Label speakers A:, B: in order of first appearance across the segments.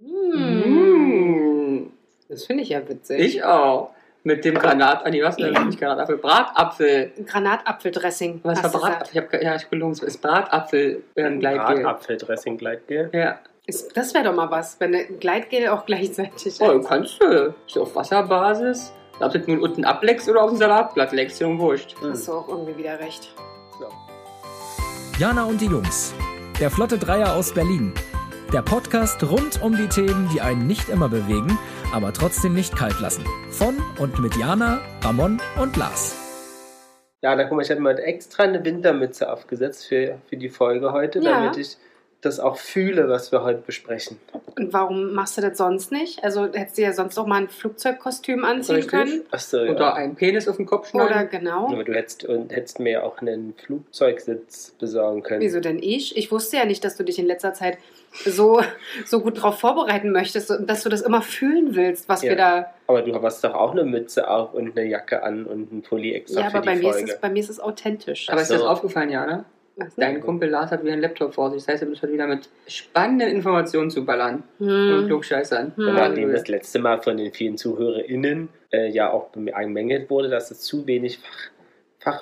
A: Hm.
B: Hm.
C: Mm. Das finde ich ja witzig.
A: Ich auch. Mit dem Granat, nee, was? Äh, Nicht Granatapfel, Bratapfel.
C: Granatapfeldressing.
A: Was war
C: hast du
A: Bratapfel?
C: gesagt.
A: Ich hab, ge- ja, ich gelungen, es ist Bratapfel ähm, Gleitgel.
B: Bratapfeldressing Gleitgel.
A: Ja.
C: Ist, das wäre doch mal was, wenn ein Gleitgel auch gleichzeitig
A: Oh, kannst du. Ist auf Wasserbasis. Ob du das nun unten ableckst oder auf dem Salatblatt leckst, ist dir wurscht.
B: Hm.
C: Hast du auch irgendwie wieder recht.
D: Jana und die Jungs. Der Flotte Dreier aus Berlin. Der Podcast rund um die Themen, die einen nicht immer bewegen, aber trotzdem nicht kalt lassen. Von und mit Jana, Ramon und Lars.
B: Ja, da guck mal, ich habe mir heute extra eine Wintermütze aufgesetzt für, für die Folge heute,
C: Ja.
B: damit ich das auch fühle, was wir heute besprechen.
C: Und warum machst du das sonst nicht? Also hättest du ja sonst auch mal ein Flugzeugkostüm anziehen
A: Richtig.
C: können.
B: Achso, ja.
A: Oder einen Penis auf den Kopf
C: Oder
A: schneiden.
C: genau.
B: Aber du hättest, und hättest mir ja auch einen Flugzeugsitz besorgen können.
C: Wieso denn ich? Ich wusste ja nicht, dass du dich in letzter Zeit so, so gut darauf vorbereiten möchtest und dass du das immer fühlen willst, was
B: Ja.
C: wir da.
B: Aber du hast doch auch eine Mütze auf und eine Jacke an und einen Pulli extra
C: ja,
B: für
C: aber
B: die
C: bei mir, ist
B: Folge.
C: es, bei mir ist es authentisch.
A: Aber ist dir das
B: so.
A: aufgefallen, Jana?
C: Weißt du?
A: Dein Kumpel Lars hat wieder einen Laptop vor sich. Das heißt, er muss heute wieder mit spannenden Informationen zu ballern. Und
C: Hm.
A: Klugscheißern. Also,
C: Hm.
B: Und
C: Ja,
B: nachdem das letzte Mal von den vielen ZuhörerInnen äh, ja auch bemängelt wurde, dass es zu wenig Fach,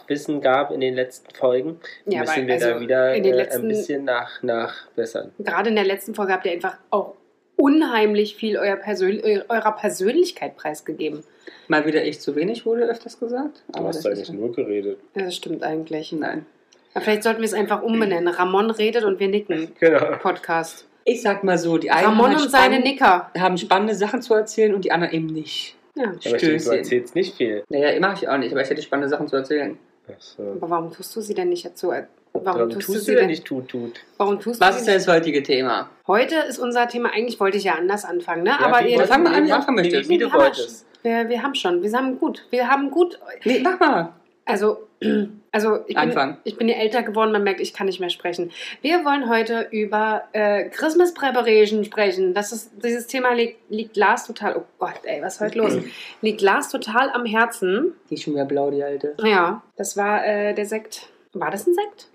B: Fachwissen gab in den letzten Folgen,
C: Ja,
B: müssen
C: weil,
B: wir da
C: also
B: wieder
C: in den
B: äh,
C: letzten-
B: ein bisschen nach, nachbessern.
C: Gerade in der letzten Folge habt ihr einfach auch unheimlich viel euer Persön eu- eurer Persönlichkeit preisgegeben.
A: Mal wieder echt zu wenig wurde öfters gesagt.
B: Du hast
A: das
B: doch
A: ist-
B: nicht nur geredet.
C: Ja, das stimmt eigentlich.
A: Nein.
C: Aber vielleicht sollten wir es einfach umbenennen. Ramon redet und wir nicken.
B: Genau.
C: Podcast.
A: Ich sag mal so, die einen
C: Ramon
A: haben,
C: und seine
A: spann
C: Nicker.
A: haben spannende Sachen zu erzählen und die anderen eben nicht.
C: Ja.
B: Aber ich denke, du
A: Stößchen.
B: erzählst nicht viel.
A: Naja, mache ich auch nicht, aber ich hätte spannende Sachen zu erzählen.
B: Achso.
C: Aber warum tust du sie denn nicht dazu? Warum
B: Warum
C: tust,
B: tust
C: du
B: du
C: sie
B: denn
C: denn
B: nicht tut, tut?
C: Warum tust
A: Was
C: du
A: ist
C: sie
A: denn das heutige Thema?
C: Heute ist unser Thema, eigentlich wollte ich ja anders anfangen, ne? Aber
B: wie
C: ihr
A: wollt-
C: fangt
A: fangen wir an, wie
B: Ja,
A: anfangen möchtest.
B: Wie, wie du
C: haben wir,
B: wolltest.
C: schon. wir, wir haben schon, wir haben gut, wir haben gut,
A: Nee, mach mal.
C: also, also ich, bin,
A: Anfang.
C: ich bin ja älter geworden, man merkt, ich kann nicht mehr sprechen. Wir wollen heute über äh, Christmas Preparation sprechen. Das ist, dieses Thema liegt, liegt Lars total, oh Gott, ey, was ist heute los? liegt Lars total am Herzen.
A: Die ist schon wieder blau, die alte.
C: Ja, das war äh, der Sekt, war das ein Sekt?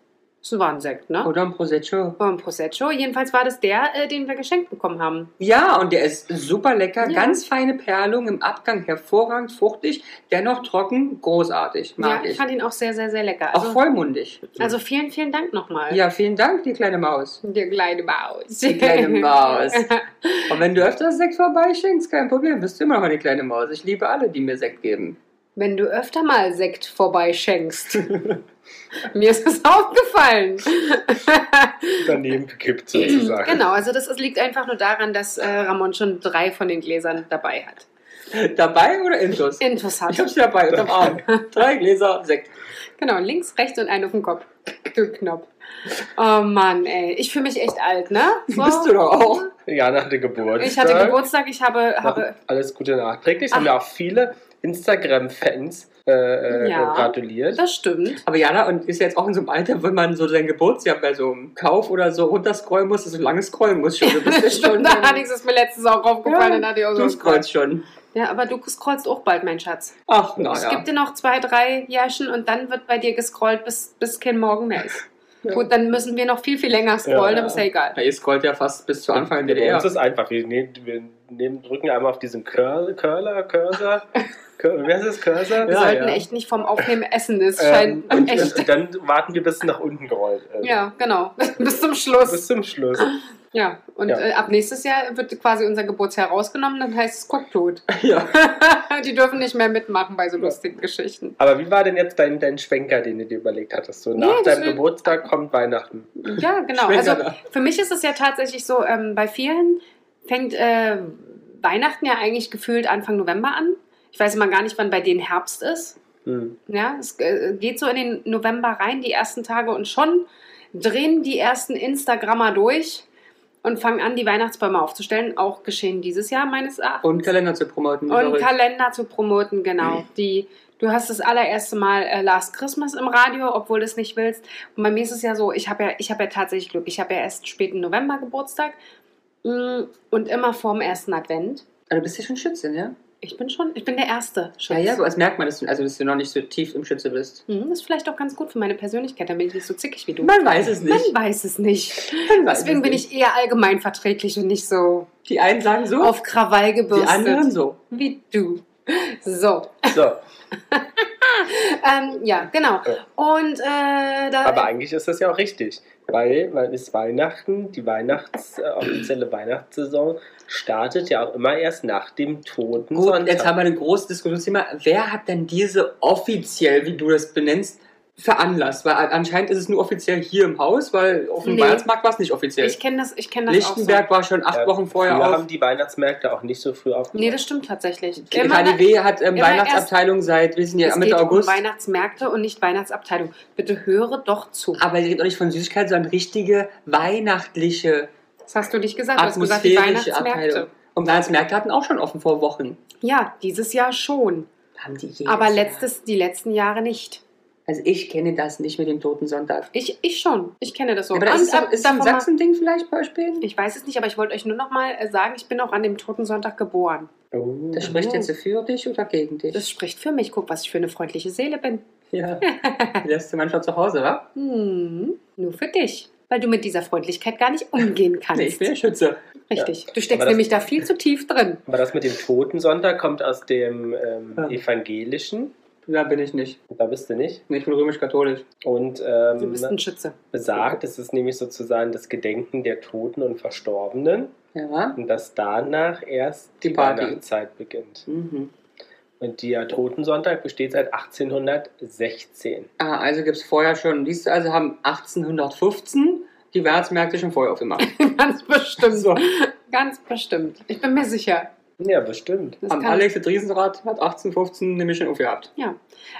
C: Das war ein Sekt, ne?
A: Oder ein Prosecco.
C: War ein Prosecco, jedenfalls war das der, äh, den wir geschenkt bekommen haben.
A: Ja, und der ist super lecker.
C: Ja.
A: Ganz feine Perlung im Abgang, hervorragend fruchtig, dennoch trocken, großartig. Mag
C: ja, ich
A: ich.
C: fand ihn auch sehr, sehr, sehr lecker.
A: auch
C: Also,
A: vollmundig.
C: also vielen, vielen Dank nochmal.
A: Ja, vielen Dank, die kleine Maus.
C: Der kleine Maus.
A: Die kleine Maus. Und wenn du öfters Sekt vorbeischinkst, kein Problem, bist du immer noch eine kleine Maus. Ich liebe alle, die mir Sekt geben.
C: Wenn du öfter mal Sekt vorbeischenkst. Mir ist das aufgefallen.
B: Daneben gekippt sozusagen.
C: genau, also das ist, liegt einfach nur daran, dass äh, Ramon schon drei von den Gläsern dabei hat.
A: Dabei oder Intus? Ich
C: Interessant.
A: hab's dabei, unterm Arm. Drei Gläser Sekt.
C: Genau, links, rechts und einen auf dem Kopf. Du Knopf. Oh Mann, ey. Ich fühle mich echt alt, ne? So.
A: Bist du doch auch.
B: Jana hatte Geburtstag.
C: Ich hatte Geburtstag, ich habe, habe
B: Noch Alles Gute nachträglich. Es
C: Ach.
B: haben ja auch viele Instagram-Fans äh, äh,
C: Ja.
B: gratuliert.
C: das stimmt.
A: Aber Jana, und ist jetzt auch in so einem Alter, wenn man so sein Geburtsjahr bei so einem Kauf oder so runterscrollen muss, dass du lange scrollen musst schon. Du bist ja
C: Stimmt,
A: schon.
C: da hatte ich es mir letztens auch aufgefallen.
A: Ja,
C: dann hatte ich auch so
A: du scrollst schon.
C: Ja, aber du scrollst auch bald, mein Schatz.
A: Ach, na
C: es
A: ja.
C: gibt dir noch zwei, drei Jährchen und dann wird bei dir gescrollt, bis, bis kein Morgen mehr ist.
A: Ja.
C: Gut, dann müssen wir noch viel, viel länger scrollen,
B: Ja.
C: aber ist ja egal.
A: Na, ihr scrollt ja fast bis zu Anfang der
B: Bei
A: DDR.
B: uns ist einfach. Wir, nehmen, wir nehmen, drücken einmal auf diesen Curl, Curler, Cursor. Cur, wer ist das Cursor?
C: Wir
A: Ja,
C: sollten echt nicht vom Aufnehmen essen, es
B: Ähm,
C: scheint
B: und,
C: echt.
B: und dann warten wir, bis es nach unten gerollt ist. Also
C: Ja, genau. bis zum Schluss.
B: Bis zum Schluss.
C: ja, und
B: Ja.
C: Äh, ab nächstes Jahr wird quasi unser Geburtsjahr rausgenommen, dann heißt es Cooktood.
A: Ja.
C: Die dürfen nicht mehr mitmachen bei so lustigen Geschichten.
B: Aber wie war denn jetzt dein, dein Schwenker, den du dir überlegt hattest? So
C: Nee,
B: nach
C: das
B: deinem
C: will-
B: Geburtstag kommt Weihnachten.
C: Ja, genau.
A: Schmeckt
C: Also
A: aber.
C: für mich ist es ja tatsächlich so, ähm, bei vielen fängt äh, Weihnachten ja eigentlich gefühlt Anfang November an. Ich weiß immer gar nicht, wann bei denen Herbst ist.
B: Hm.
C: Ja, es äh, geht so in den November rein, die ersten Tage und schon drehen die ersten Instagrammer durch und fangen an, die Weihnachtsbäume aufzustellen. Auch geschehen dieses Jahr meines Erachtens.
A: Und Kalender zu promoten.
C: Und
A: sorry.
C: Kalender zu promoten, genau.
A: Mhm.
C: Die, du hast das allererste Mal äh, Last Christmas im Radio, obwohl du es nicht willst. Und bei mir ist es ja so, ich habe ja, ich hab ja tatsächlich Glück. Ich habe ja erst späten November Geburtstag mm, und immer vorm ersten Advent.
A: Ah, du Also, bist ja schon Schützin, ja?
C: Ich bin schon, ich bin der erste
A: Ja, ja, aber das merkt man, dass du, also, dass du noch nicht so tief im Schütze bist.
C: Mhm, Das ist vielleicht auch ganz gut für meine Persönlichkeit, dann bin ich nicht so zickig wie du.
A: Man weiß es
C: Man
A: nicht.
C: weiß es nicht.
A: Man weiß
C: Deswegen
A: es
C: bin
A: nicht.
C: ich eher allgemein verträglich und nicht so
A: Die einen sagen so,
C: auf Krawall
A: die anderen
C: gebürstet
A: so.
C: wie du. So,
B: So,
C: ähm, ja, genau.
B: Ja.
C: Und äh, da
B: aber eigentlich ist das ja auch richtig, weil weil es Weihnachten, die Weihnachts, äh, offizielle Weihnachtssaison startet ja auch immer erst nach dem toten
A: Gut, und jetzt haben
B: Sonntag.
A: wir ein großes Diskussionsthema. Wer hat denn diese offiziell, wie du das benennst, veranlasst? Weil anscheinend ist es nur offiziell hier im Haus, weil auf dem
C: Nee.
A: Weihnachtsmarkt war es nicht offiziell.
C: ich kenne das, ich kenne das
A: Lichtenberg war schon acht
B: Ja,
A: Wochen vorher
B: Früher
A: auf.
B: haben die Weihnachtsmärkte auch nicht so früh
C: auch so. Nee,
B: aufgemacht.
C: das stimmt tatsächlich. Immer-
A: KDW hat ähm,
C: immer
A: Weihnachtsabteilung seit, wissen
C: es
A: ja, Mitte
C: geht
A: August.
C: um Weihnachtsmärkte und nicht Weihnachtsabteilung. Bitte höre doch zu.
A: Aber sie redet auch nicht von Süßigkeiten, sondern richtige weihnachtliche,
C: Das hast du nicht gesagt. Du hast gesagt, die
A: atmosphärische
C: Weihnachtsmärkte.
A: Abteilung. Und Weihnachtsmärkte hatten auch schon offen vor Wochen.
C: Ja, dieses Jahr schon.
A: Haben die jedes
C: Aber
A: Jahr.
C: letztes, die letzten Jahre nicht.
A: Also ich kenne das nicht mit dem Toten Sonntag.
C: Ich, ich schon. Ich kenne das so.
A: aber das
C: Und
A: ist, so,
C: ab-
A: ist das ein
C: davon mal-
A: Sachsen-Ding vielleicht, Beispiel?
C: Ich weiß es nicht, aber ich wollte euch nur noch mal äh, sagen, ich bin auch an dem Toten Sonntag geboren.
B: Oh.
A: Das spricht jetzt für dich oder gegen dich?
C: Das spricht für mich. Guck, was ich für eine freundliche Seele bin.
A: ja. Die lässt du manchmal zu Hause, wa?
C: Hm, nur für dich. Weil du mit dieser Freundlichkeit gar nicht umgehen kannst.
A: Nee, ich bin der Schütze.
C: Richtig. Du
B: Aber
C: steckst
B: das-
C: nämlich da viel zu tief drin.
B: Aber das mit dem toten Sonntag kommt aus dem ähm,
A: Ja.
B: evangelischen.
A: Da bin ich nicht.
B: Da bist du nicht.
A: Nee, ich bin römisch-katholisch.
B: Und
C: Du bist
B: ähm,
C: ein Schütze.
B: besagt, es ist nämlich sozusagen das Gedenken der Toten und Verstorbenen.
A: Ja.
B: Und dass danach erst
A: Die
B: die,
A: Party.
B: Weihnachtszeit beginnt.
A: Mhm.
B: Und der Totensonntag besteht seit 1816.
A: Ah, also gibt es vorher schon, siehst du, also haben 1815 die Weihnachtsmärkte schon vorher aufgemacht.
C: Ganz bestimmt.
A: So.
C: Ganz bestimmt. Ich bin mir sicher.
B: Ja, bestimmt.
C: Das
A: Am
C: kann-
A: Alex das Riesenrad hat 1815 nämlich schon aufgehabt.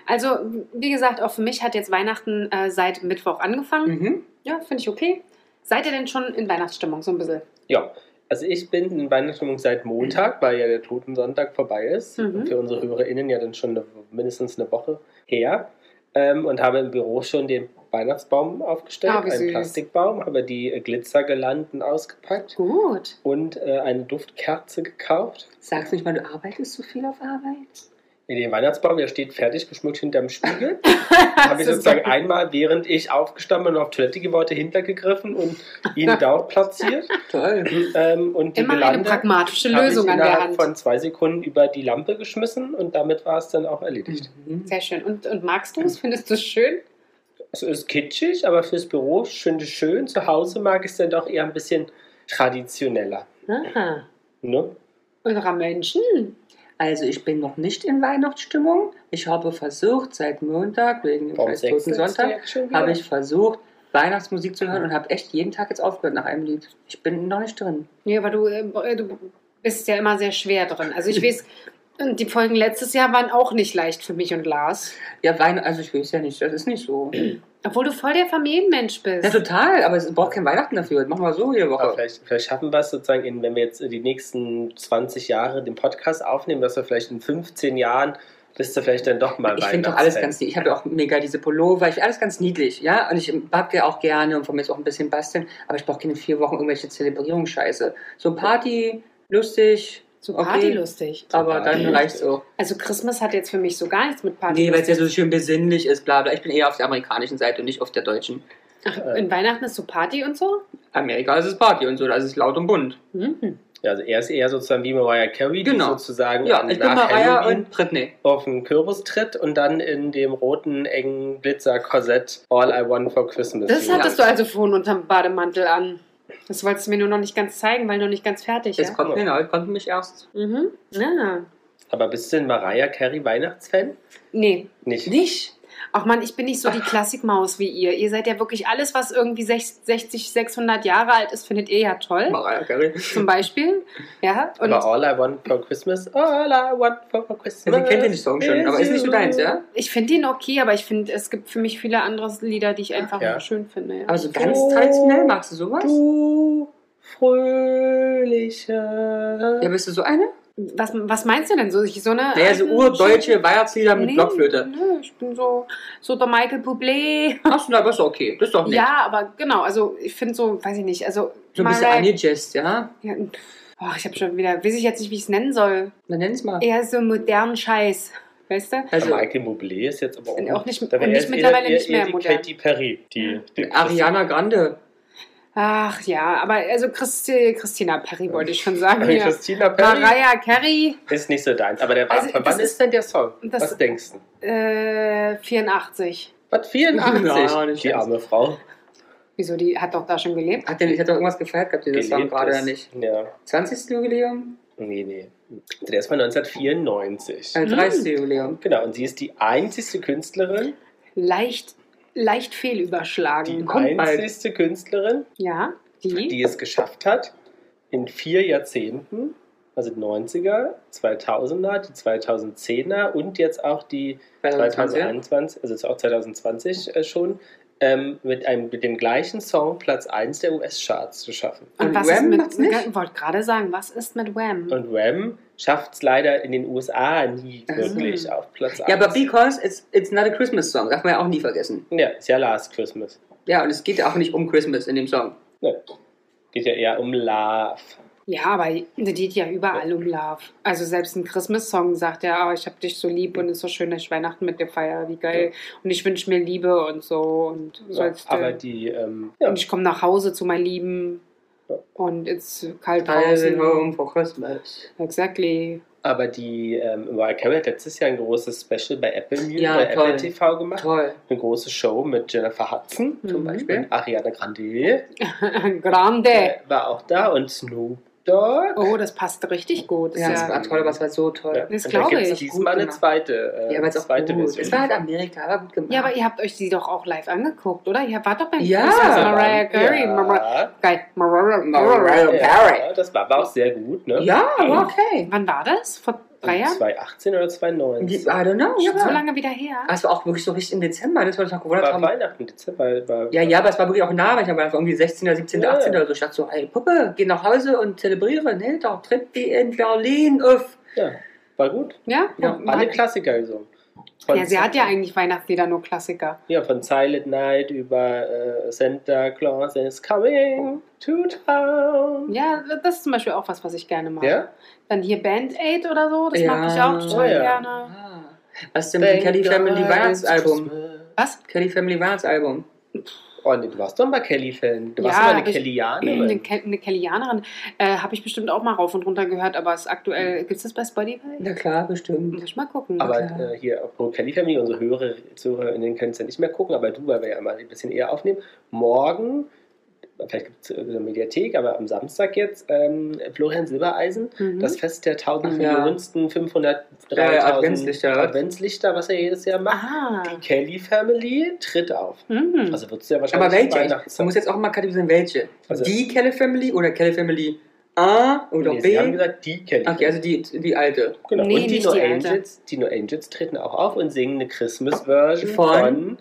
C: Also, wie gesagt, auch für mich hat jetzt Weihnachten äh, seit Mittwoch angefangen.
A: Mhm.
C: Ja, finde ich okay. Seid ihr denn schon in Weihnachtsstimmung so ein bisschen?
B: Ja, also ich bin in Weihnachtsstimmung seit Montag, weil ja der Totensonntag vorbei ist.
C: Mhm.
B: Für unsere HörerInnen ja dann schon eine, mindestens eine Woche her. Ähm, und habe im Büro schon den Weihnachtsbaum aufgestellt,
C: Ah, wie
B: einen
C: süß.
B: Plastikbaum, habe die äh, Glitzergelanden ausgepackt
C: Gut.
B: und äh, eine Duftkerze gekauft.
A: Sagst du nicht mal, du arbeitest so viel auf Arbeit?
B: In den Weihnachtsbaum, der steht fertig geschmückt hinterm Spiegel. habe ich sozusagen einmal, während ich aufgestanden und auf Toilette gewollt, hintergegriffen und ihn dort platziert.
A: Toll.
B: Ähm, und die
C: Immer eine
B: Gelande
C: pragmatische
B: habe ich
C: Lösung an der
B: innerhalb
C: Hand.
B: von zwei Sekunden über die Lampe geschmissen und damit war es dann auch erledigt.
A: Mhm.
C: Sehr schön. Und, und magst du es? Findest du es schön?
B: Also, Es ist kitschig, aber fürs Büro schön, schön. Zu Hause mag ich es dann doch eher ein bisschen traditioneller.
C: Aha.
B: Ne?
C: Unserer Menschen.
A: Also ich bin noch nicht in Weihnachtsstimmung. Ich habe versucht, seit Montag, wegen dem
B: Warum
A: scheiß Toten
B: sechstelst du
A: Sonntag,
B: jetzt schon wieder?
A: habe ich versucht, Weihnachtsmusik zu hören und habe echt jeden Tag jetzt aufgehört nach einem Lied. Ich bin noch nicht drin.
C: Ja, aber du, äh, du bist ja immer sehr schwer drin. Also ich weiß, und die Folgen letztes Jahr waren auch nicht leicht für mich und Lars.
A: Ja, Weihnachten, also ich weiß ja nicht, das ist nicht so.
C: Obwohl du voll der Familienmensch bist.
A: Ja, total, aber es braucht kein Weihnachten dafür. Das Machen wir so jede
B: Aber
A: Woche.
B: vielleicht, vielleicht schaffen wir es sozusagen, in, wenn wir jetzt die nächsten 20 Jahre den Podcast aufnehmen, dass wir vielleicht in 15 Jahren bist du vielleicht dann doch mal
A: Ich finde doch alles ganz niedlich. Ich habe ja auch mega diese Pullover. Ich finde alles ganz niedlich, ja. Und ich backe ja auch gerne und von mir ist auch ein bisschen basteln. Aber ich brauche keine vier Wochen irgendwelche Zelebrierungsscheiße. So Party, lustig,
C: so
A: okay.
C: partylustig.
A: aber
B: Party,
A: dann reicht's
B: lustig.
A: auch.
C: Also Christmas hat jetzt für mich so gar nichts mit Party.
A: Nee, weil es ja so schön besinnlich ist, bla bla. Ich bin eher auf der amerikanischen Seite und nicht auf der deutschen.
C: Ach,
B: Äh,
C: in Weihnachten ist so Party und so?
A: Amerika ist es Party und so, da ist es laut und bunt.
C: Mhm.
B: Ja, also er ist eher sozusagen wie Mariah Carey,
A: Genau.
B: die sozusagen
A: Ja,
B: an-
A: ich bin Mariah und Britney.
B: auf den Kürbis tritt und dann in dem roten, engen Glitzer-Korsett All I Want for Christmas.
C: Das
B: singt.
C: hattest du also vorhin unterm Bademantel an. Das wolltest du mir nur noch nicht ganz zeigen, weil noch nicht ganz fertig
A: Jetzt
C: ja?
A: kommt, genau, jetzt kommt mich erst.
C: Mhm. Ah.
B: Aber bist du ein Mariah Carey Weihnachtsfan?
C: Nee.
B: Nicht.
A: Nicht?
C: Ach man, ich bin nicht so die Klassikmaus wie ihr. Ihr seid ja wirklich alles, was irgendwie sech- 60, 600 Jahre alt ist, findet ihr ja toll.
A: Mariah Carey.
C: Zum Beispiel. Ja. Und
B: Aber All I Want for Christmas, All I Want for Christmas.
A: Also, ich kennt den Song schon, aber ist nicht so deins, ja?
C: ich finde ihn okay, aber ich finde, es gibt für mich viele andere Lieder, die ich einfach
B: Ja.
C: schön finde. Ja.
A: Aber so ganz traditionell machst Oh. du sowas?
B: Du fröhliche.
A: Ja, also bist du so eine?
C: was, was meinst du denn? So, ich, so eine
A: Naja, so
C: alten,
A: urdeutsche
C: schönen-
A: Weihnachtslieder mit
C: Nee,
A: Blockflöte.
C: Nee, ich bin so, so der Michael Bublé.
A: Hast du da, aber ist doch okay. Das ist doch nett.
C: Ja, aber genau, also ich finde so, weiß ich nicht, also
A: So ein bisschen
C: Mariah-
A: angejazzt, ja?
C: Ja, Oh, ich habe schon wieder, weiß ich jetzt nicht, wie ich es nennen soll.
A: Dann nenn's mal.
C: Eher so modernen Scheiß. Weißt du?
B: Also,
A: Also,
B: Michael Bublé ist jetzt aber auch,
C: Und auch nicht-
B: da wär
C: und
B: er
C: nicht
B: eher-
C: mittlerweile
B: eher-
C: nicht mehr
B: eher die
C: modern.
B: Katy Perry, die, die
A: Ariana Grande.
C: Ach ja, aber also Christi, Christina Perry wollte ich schon sagen.
B: Christina-
C: Ja.
B: Christina Perry
C: Mariah Carey,
B: ist nicht so deins. Aber der war,
C: Also, das
B: wann ist denn der Song?
C: das-
B: Was denkst du?
C: äh, 84.
B: Was, 84?
A: Ja, nicht
B: die
A: ganz.
B: arme Frau.
C: Wieso, die hat doch da schon gelebt?
A: Hat, der, hat doch irgendwas gefeiert gehabt, dieser Song
B: Gelebt
A: gerade
B: ist.
A: oder nicht?
B: Ja.
A: 20. Jubiläum?
B: Nee, nee. Der ist von 1994.
A: Äh,
C: Mhm.
A: 30. Jubiläum.
B: Genau, und sie ist die einzigste Künstlerin,
C: Leicht, leicht
B: die
C: fehlüberschlagen.
A: kommt bald.
B: einzigste Künstlerin,
C: Ja, die?
B: die es geschafft hat, in vier Jahrzehnten, also die 90er, 2000er, die 2010er und jetzt auch die
A: 2020.
B: 2021, also jetzt auch 2020 äh, schon, ähm, mit, einem, mit dem gleichen Song Platz 1 der US-Charts zu schaffen.
C: Und
A: Und
C: was
A: Wham
C: ist
A: macht's
C: mit,
A: nicht?
C: ich wollte gerade sagen, was ist mit Wham?
B: Und Wham schafft es leider in den USA nie
A: Ach so.
B: wirklich auf Platz 1.
A: Ah. Ja, aber because it's, it's not a Christmas song, darf man ja auch nie vergessen.
B: Ja, ist ja Last Christmas.
A: Ja, und es geht ja auch nicht um Christmas in dem Song.
B: Geht ja eher um Love.
C: Ja, aber die geht ja überall um Love. Also selbst ein Christmas-Song sagt ja, oh, ich hab dich so lieb und es ist so schön, dass ich Weihnachten mit dir feiere, wie geil. Und ich wünsche mir Liebe und so. Und,
B: Ja,
C: sollst,
B: aber
C: äh,
B: die, ähm, ja,
C: und ich komme nach Hause zu meinen Lieben
B: Ja.
C: und it's kalt
A: Driving
C: draußen.
A: home for um Christmas.
C: Exactly.
B: aber die ähm, Mariah Carey hat letztes Jahr ein großes Special bei Apple Music,
A: Ja,
B: bei
A: toll.
B: Apple TV gemacht.
A: Toll.
B: Eine große Show mit Jennifer Hudson
C: Mhm.
B: zum Beispiel. Ariana Grande
C: Grande.
B: äh, war auch da und Snoop Dogg.
C: Oh, das passt richtig gut. Das
A: Ja,
C: ist
A: es
C: ja,
A: war toll, aber es war so toll.
C: das
B: Und
C: glaub
B: da gibt's
C: ich.
A: Gut
B: diesmal eine
A: gemacht.
B: zweite, äh,
A: Ja, aber es ist auch
B: zweite
A: gut.
B: Version.
A: Es war halt Amerika, aber gut gemacht.
C: ja, aber ihr habt euch die doch auch live angeguckt, oder? Ihr wart doch beim
A: Ja.
C: Christmas Mariah Carey.
B: Ja.
C: Mariah- Geil. Mariah-
A: Mariah-
C: Mariah.
A: Carey.
B: Ja, das war, war auch sehr gut, ne?
A: ja, aber okay.
C: Wann war das? Vor drei Jahren?
B: 2018 oder
A: I
B: 2019.
A: don't know.
C: Schon
A: Ja.
C: so lange wieder her.
A: Aber es war auch wirklich so richtig im Dezember, das war das noch gewundert
B: War
A: haben.
B: Weihnachten, Dezember. War,
A: Ja, ja, aber es war wirklich auch nah, weil ich war irgendwie 16., 17.,
B: Ja.
A: 18. oder so. Ich dachte so, ey, Puppe, geh nach Hause und zelebriere, ne? Doch, Trippi in Berlin, uff.
B: ja, war gut.
C: Ja?
A: Ja,
C: Und
B: Alle
C: hat,
B: Klassiker gesungen. Von
C: ja, sie hat ja
B: Zeil-
C: eigentlich Weihnachtslieder nur Klassiker.
B: Ja, von Silent Night über äh, Santa Claus is coming to town.
C: Ja, das ist zum Beispiel auch was, was ich gerne mag.
B: Ja?
C: Dann hier Band Aid oder so, das
A: Ja.
C: mag ich auch total
B: Oh ja.
C: gerne.
A: Ah. Was denn mit dem Kelly Family Weihnachtsalbum?
C: Was?
A: Kelly Family Weihnachtsalbum.
B: Oh nee, du warst doch mal Kelly-Fan. Du warst
C: Ja,
B: doch mal eine
C: hab ich- Eine,
B: Kellyanerin.
C: Ke eine Kellyanerin äh, habe ich bestimmt auch mal rauf und runter gehört, aber ist aktuell. Gibt es das bei Spotify?
A: Na klar, bestimmt.
C: Muss ich mal gucken.
B: Aber
A: klar.
B: äh, hier, auch Kelly Family, unsere Hörer, Zuhörerinnen können es ja nicht mehr gucken, aber du, weil wir ja mal ein bisschen eher aufnehmen, morgen, vielleicht gibt es eine Mediathek, aber am Samstag jetzt, ähm, Florian Silbereisen,
C: Mhm.
B: das Fest der
A: Ach
B: 1000
A: ja.
B: Millionensten, 500,
A: Ja, ja,
B: 3000
A: Adventslichter, was?
B: Adventslichter, was er jedes Jahr macht.
C: ah.
B: Die Kelly Family tritt auf.
C: Mhm.
B: Also wird es ja wahrscheinlich
A: Aber welche? Ich-
B: Weihnachtszeit.
A: Man muss jetzt auch mal kategorisieren, welche.
B: Also-
A: die Kelly Family oder Kelly Family A oder
B: nee, Sie haben
A: B?
B: gesagt, die Kelly
A: Okay, also die, die alte.
B: Genau.
C: Nee,
B: und die
C: nicht
B: No
C: die alte.
B: Angels, die No Angels treten auch auf und singen eine Christmas-Version
A: Von?
B: von?